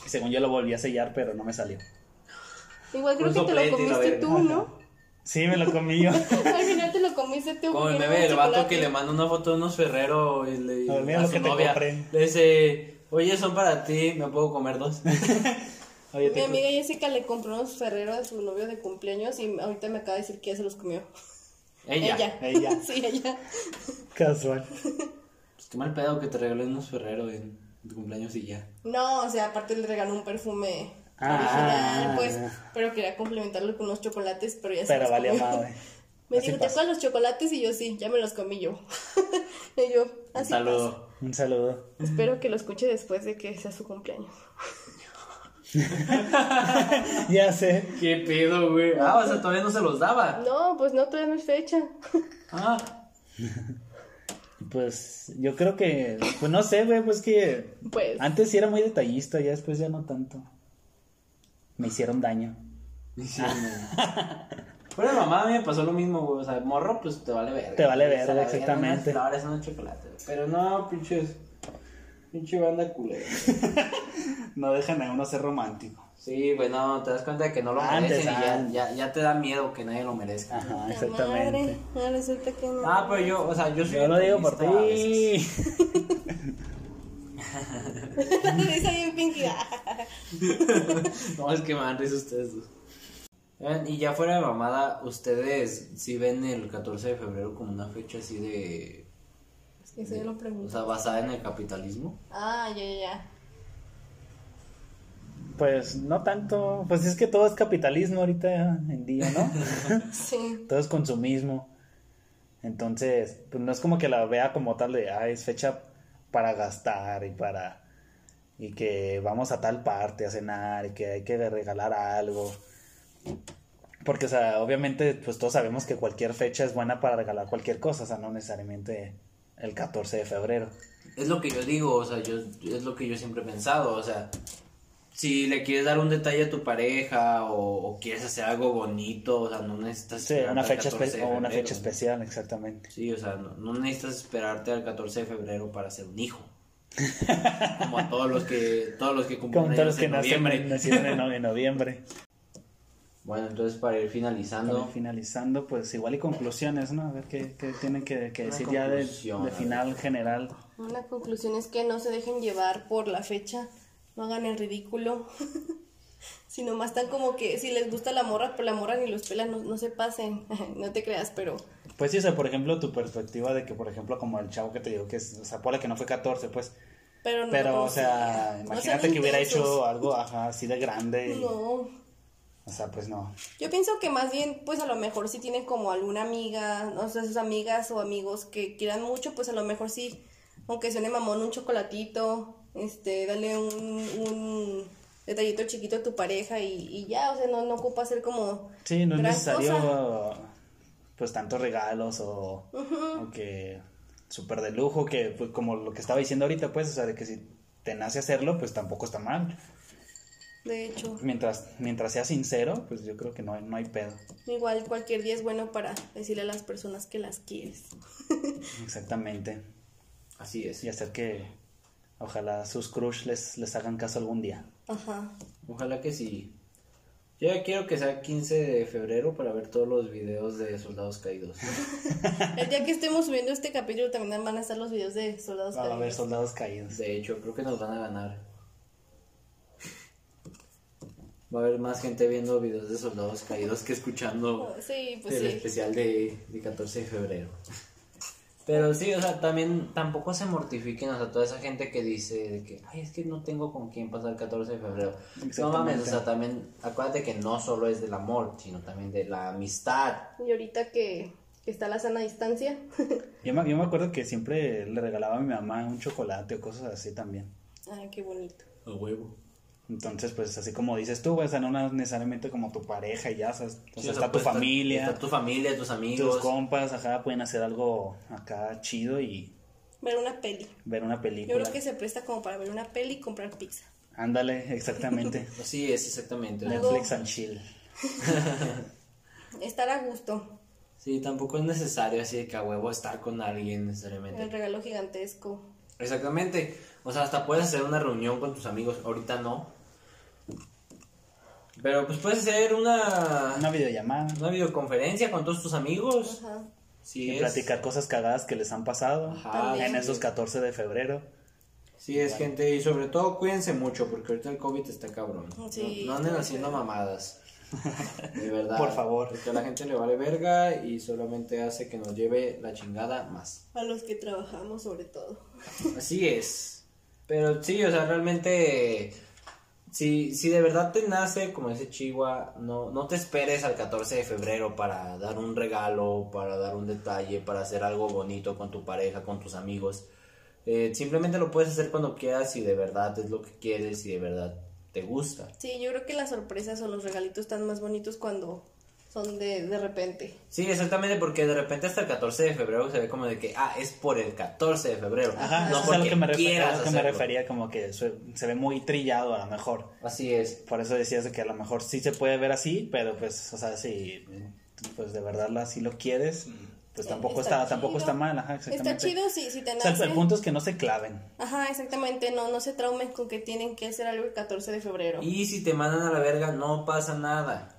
Y Según yo lo volví a sellar, pero no me salió.
Igual creo
Un
que te lo
soplete y la
comiste
verga.
tú, ¿no?
Sí, me lo comí yo.
Al final te lo comiste tú.
Como el
porque era
meme
un
del vato
chocolate.
que le manda una foto de unos ferreros y le
A ver, mira
a
lo
su
que te
novia.
compré.
Le dice, oye, son para ti, me puedo comer dos.
Oye,
Mi
te
amiga Jessica le compró unos ferreros a su novio de cumpleaños y ahorita me acaba de decir que ya se los comió.
Ella.
Ella.
sí, ella.
casual.
Pues qué mal pedo que te regalé unos ferreros en tu cumpleaños y ya.
No, o sea, aparte le regaló un perfume
Ah.
original, pues, pero quería complementarlo con unos chocolates, pero ya se
Pero
los
valió
comió.
madre.
Me
Así
dijo, ¿te
pasa.
acuerdas los chocolates? Y yo, sí, ya me los comí yo. y yo,
Un
así
saludo.
Un saludo.
pasa. Espero que lo escuche después de que sea su cumpleaños.
Ya sé.
¿Qué pedo, güey? Ah, o sea, todavía no se los daba.
No, pues no, todavía no es fecha.
Ah,
Pues yo creo que. Pues no sé, güey, pues que.
Pues,
Antes sí era muy detallista, ya después ya no tanto. Me hicieron daño.
hicieron Pero mamá a mí me pasó lo mismo, güey. O sea, morro, pues te vale verga.
Te vale
güey, o sea,
verga,
la verga,
exactamente.
Unas flores, unos chocolates. Pero no, pinches. Pinche banda culera.
No dejan a uno ser romántico.
Sí, güey, no, te das cuenta que no lo
Antes, ah.
merecen
antes.
y ya, ya, ya te da miedo que nadie lo merezca.
Ajá,
Puta
exactamente. pues
madre, ya resulta que no.
Ah, pero yo, o sea, yo soy.
Yo lo digo por
optimista a veces.
ti.
Dice bien Pinky. ah.
No, es que me dan risa ustedes dos. Oigan, Y ya fuera de mamada, ¿ustedes si ven el 14 de febrero como una fecha así de...
Es que se lo
O
pregunto.
sea, basada en el capitalismo?
Ah, ya, ya, ya.
Pues no tanto. Pues es que todo es capitalismo ahorita en día, ¿no?
Sí.
todo es consumismo. Entonces, pues no es como que la vea como tal de, ah, es fecha para gastar y para... Y que vamos a tal parte a cenar y que hay que regalar algo. Porque, o sea, obviamente, pues todos sabemos que cualquier fecha es buena para regalar cualquier cosa, o sea, no necesariamente el 14 de febrero.
Es lo que yo digo, o sea, yo, es lo que yo siempre he pensado, o sea, si le quieres dar un detalle a tu pareja o, o quieres hacer algo bonito, o sea, no necesitas...
Sí,
esperarte
una
al
fecha,
14
espe-
de
o una
febrero,
fecha
¿no?
especial, exactamente.
Sí, o sea, no, no necesitas esperarte al 14 de febrero para ser un hijo. Como a todos los que, todos los que cumplen
Como todos
años
los que
en
nacen-
noviembre.
nacieron en, no- en noviembre.
Bueno, entonces para ir finalizando,
También Finalizando, pues igual y conclusiones, ¿no? A ver qué, qué tienen que, que
Una
decir ya de,
conclusión, a
de
ver.
final general.
La conclusión es que no se dejen llevar por la fecha, no hagan el ridículo. si nomás están como que, si les gusta la morra, pues la morra ni los pelan, no, no se pasen, no te creas, pero
Pues sí, o sea, por ejemplo, tu perspectiva de que, por ejemplo, como el chavo que te digo que es, o sea, la que no fue 14, pues,
pero no
pero,
como
o sea,
si- no sean
imagínate que hubiera hecho
intensos.
algo, ajá, así de grande, y-
No,
o sea, pues no.
yo pienso que más bien, pues a lo mejor si tienen como alguna amiga, no sé, sus amigas o amigos que quieran mucho, pues a lo mejor sí, aunque suene mamón, un chocolatito, este, dale un, un detallito chiquito a tu pareja y, y ya, o sea, no, no ocupa ser como...
Sí, no es
gran
necesario,
cosa.
pues, tantos regalos o, o que súper de lujo, que pues, como lo que estaba diciendo ahorita, pues, o sea, de que si te nace hacerlo, pues tampoco está mal.
De hecho,
Mientras, mientras sea sincero, pues yo creo que no, hay- no hay pedo.
igual cualquier día es bueno para decirle a las personas que las quieres.
Exactamente.
así es.
Y hacer que ojalá sus crush les, les hagan caso algún día.
Ajá.
Ojalá que sí. Yo ya quiero que sea 15 de febrero para ver todos los videos de soldados caídos.
El día que estemos subiendo este capítulo también van a estar los videos de soldados
Para ver
caídos.
soldados caídos.
De hecho, creo que nos van a ganar. Va a haber más gente viendo videos de soldados caídos que escuchando
Sí, pues
el
sí.
especial de, de 14 de febrero. Pero sí, o sea, también tampoco se mortifiquen, o sea, toda esa gente que dice de que, ay, es que no tengo con quién pasar el 14 de febrero. No mames, o sea, también acuérdate que no solo es del amor, sino también de la amistad.
Y ahorita que, que está la sana distancia,
Yo me, yo me acuerdo que siempre le regalaba a mi mamá un chocolate o cosas así también.
ay, Ah, qué bonito.
A huevo.
Entonces, pues así como dices tú, güey, o sea, no necesariamente como tu pareja y ya, o sea, o sea,
Sí, o sea,
está tu
puede estar-
familia,
Está tu familia, tus
tus
amigos.
compas, ajá, pueden hacer algo acá chido y
Ver una peli.
ver una
Yo
película.
creo que se presta como para ver una peli y comprar pizza.
Ándale, exactamente.
Sí, es exactamente. o sea,
Algo-
Netflix and chill.
Estar a gusto.
Sí, tampoco es necesario así de que a huevo estar con alguien
El
necesariamente.
regalo gigantesco.
Exactamente. O sea, hasta puedes hacer una reunión con tus amigos. Ahorita no. Pero pues puedes hacer una,
Una videollamada.
una videoconferencia con todos tus amigos.
Ajá.
Sí,
Y
es.
platicar cosas cagadas que les han pasado
Ajá,
Ah, en
sí.
esos 14 de febrero.
Sí, es gente, y sobre todo cuídense mucho, porque ahorita el COVID está cabrón.
Sí,
no, no anden
está
haciendo
feo.
mamadas. De verdad.
Por favor.
Porque a la gente le vale verga y solamente hace que nos lleve la chingada más.
A los que trabajamos sobre todo.
Así es. Pero sí, o sea, realmente. Si, si de verdad te nace, como dice Chihuahua, no, no te esperes al 14 de febrero para dar un regalo, para dar un detalle, para hacer algo bonito con tu pareja, con tus amigos. Eh, simplemente lo puedes hacer cuando quieras y de verdad es lo que quieres y de verdad te gusta.
Sí, yo creo que las sorpresas o los regalitos están más bonitos cuando son de, de repente.
Sí, exactamente, porque de repente hasta el 14 de febrero se ve como de que, ah, es por el 14 de febrero.
Ajá,
no
eso es a lo
porque
que me, refer-
quieras
a lo que me
hacerlo.
refería, como que se, se ve muy trillado a lo mejor.
Así es.
Por eso decías de que a lo mejor sí se puede ver así, pero pues, o sea, si pues de verdad la, si lo quieres,
Mm.
pues
Sí,
tampoco
Eh, está
está, tampoco
chido.
está mal, ajá, exactamente.
Está chido si, si te
O sea, el-
nace.
el punto es que no se claven.
Ajá, exactamente, no, no se traumen con que tienen que hacer algo el 14 de febrero.
Y si te mandan a la verga, no pasa nada.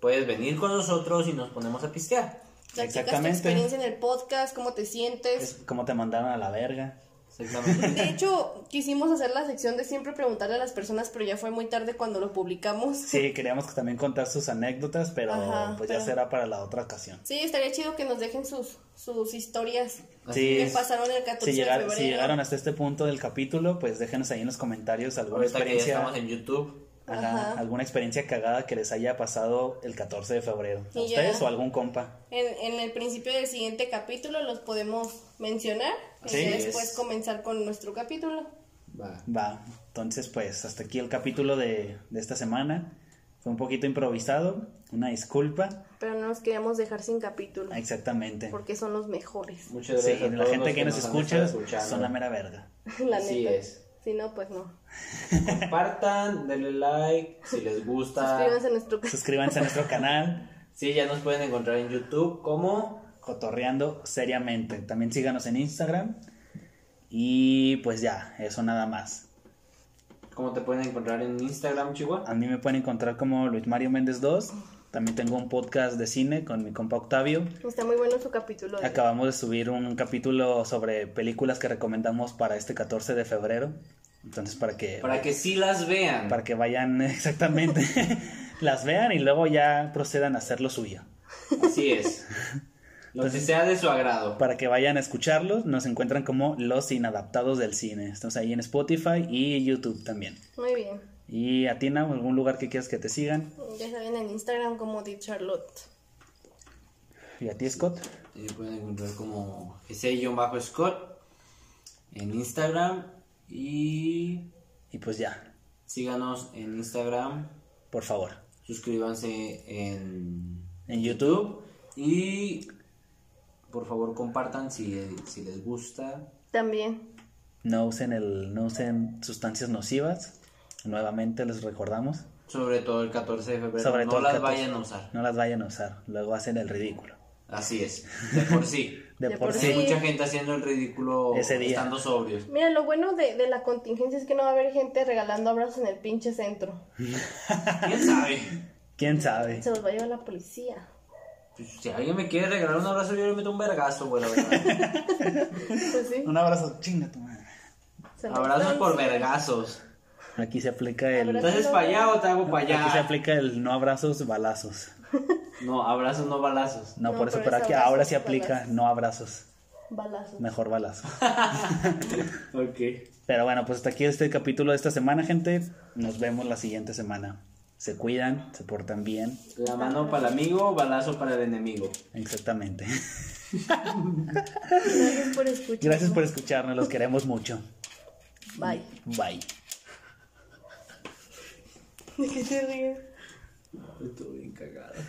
Puedes venir con nosotros y nos ponemos a pistear.
Platicas tu
exactamente.
experiencia en el podcast, cómo te
Es
sientes.
como te mandaron a la verga.
Exactamente.
De hecho, quisimos hacer la sección de siempre preguntarle a las personas, pero ya fue muy tarde cuando lo publicamos.
Sí, queríamos que también contar sus anécdotas, pero
Ajá,
pues
pero-
ya será para la otra ocasión.
Sí, estaría chido que nos dejen sus, sus historias
Así
Sí,
que
es-
pasaron el 14
si, llegar-
de febrero.
si llegaron hasta este punto del capítulo, pues déjenos ahí en los comentarios alguna
Ahorita que ya
experiencia,
estamos en YouTube.
ajá,
Ajá.
alguna experiencia cagada que les haya pasado el 14 de febrero. ¿A
Y ya.
ustedes o algún compa?
En, en el principio del siguiente capítulo los podemos mencionar
Sí,
y ya
es-
después comenzar con nuestro capítulo.
Va.
Va, entonces pues hasta aquí el capítulo de, de esta semana. Fue un poquito improvisado, una disculpa.
Pero no nos queríamos dejar sin capítulo
Exactamente.
porque son los mejores,
Muchas
Sí,
gracias. a
la
todos
gente
los
que nos
han estado
escucha
escuchando.
son la mera verga.
la
Así
neta.
es.
Si no, pues no.
Compartan, denle like si les gusta.
Suscríbanse a nuestro canal.
Suscríbanse a nuestro canal,
Sí, ya nos pueden encontrar en YouTube como
cotorreando seriamente. También síganos en Instagram. Y pues ya, eso nada más.
¿Cómo te pueden encontrar en Instagram, Chihuahua?
A mí me pueden encontrar como Luis Mario Méndez 2. También tengo un podcast de cine con mi compa Octavio.
Está muy bueno su capítulo. de-
Acabamos de subir un capítulo sobre películas que recomendamos para este 14 de febrero. Entonces, para que,
Para que sí las vean.
para que vayan exactamente, las vean y luego ya procedan a hacer lo suyo.
Así es. Lo que
Entonces-
sea de su agrado.
Para que vayan a escucharlos, nos encuentran como Los Inadaptados del Cine. Estamos ahí en Spotify y YouTube también.
Muy bien.
Y a Tina, algún lugar que quieras que te sigan.
Ya saben en Instagram como Deep Charlotte.
Y a ti, Scott.
Eh, pueden encontrar como Jesse-Scott en Instagram. Y
Y pues ya,
síganos en Instagram.
por favor.
Suscríbanse en
En YouTube.
Y por favor compartan si, si les gusta.
También.
No usen el, no usen sustancias nocivas. Nuevamente les recordamos.
Sobre todo el 14 de febrero.
Sobre
no
todo el
las
14.
vayan a usar.
No las vayan a usar. Luego hacen el ridículo.
Así es. De por sí.
De,
De
por
por
sí.
Hay mucha gente haciendo el ridículo
Ese día.
estando sobrios.
Mira, lo bueno de, de la contingencia es que no va a haber gente regalando abrazos en el pinche centro.
¿Quién sabe?
¿Quién sabe?
Se los va a llevar la policía.
Pues, si alguien me quiere regalar un abrazo, yo le meto un vergazo, güey, la verdad.
Pues sí.
Un abrazo, chinga tu madre.
se los
Abrazos
dan.
por vergazos.
Aquí se aplica el.
Abrazo.
Entonces, para allá o te hago para
Aquí se
allá.
aplica el no abrazos, balazos.
No, abrazos, no balazos.
No,
No,
por eso,
pero
pero
es
aquí
abrazos,
ahora se aplica
balazos.
no abrazos.
Balazos.
Mejor balazos.
Ok.
Pero bueno, pues hasta aquí este capítulo de esta semana, gente. Nos vemos la siguiente semana. Se cuidan, se portan bien.
La mano para el amigo, balazo para el enemigo.
Exactamente.
Gracias por escuchar.
Gracias por escucharnos, los queremos mucho.
Bye.
Bye.
¿De qué te ríes?
Estoy bien cagado.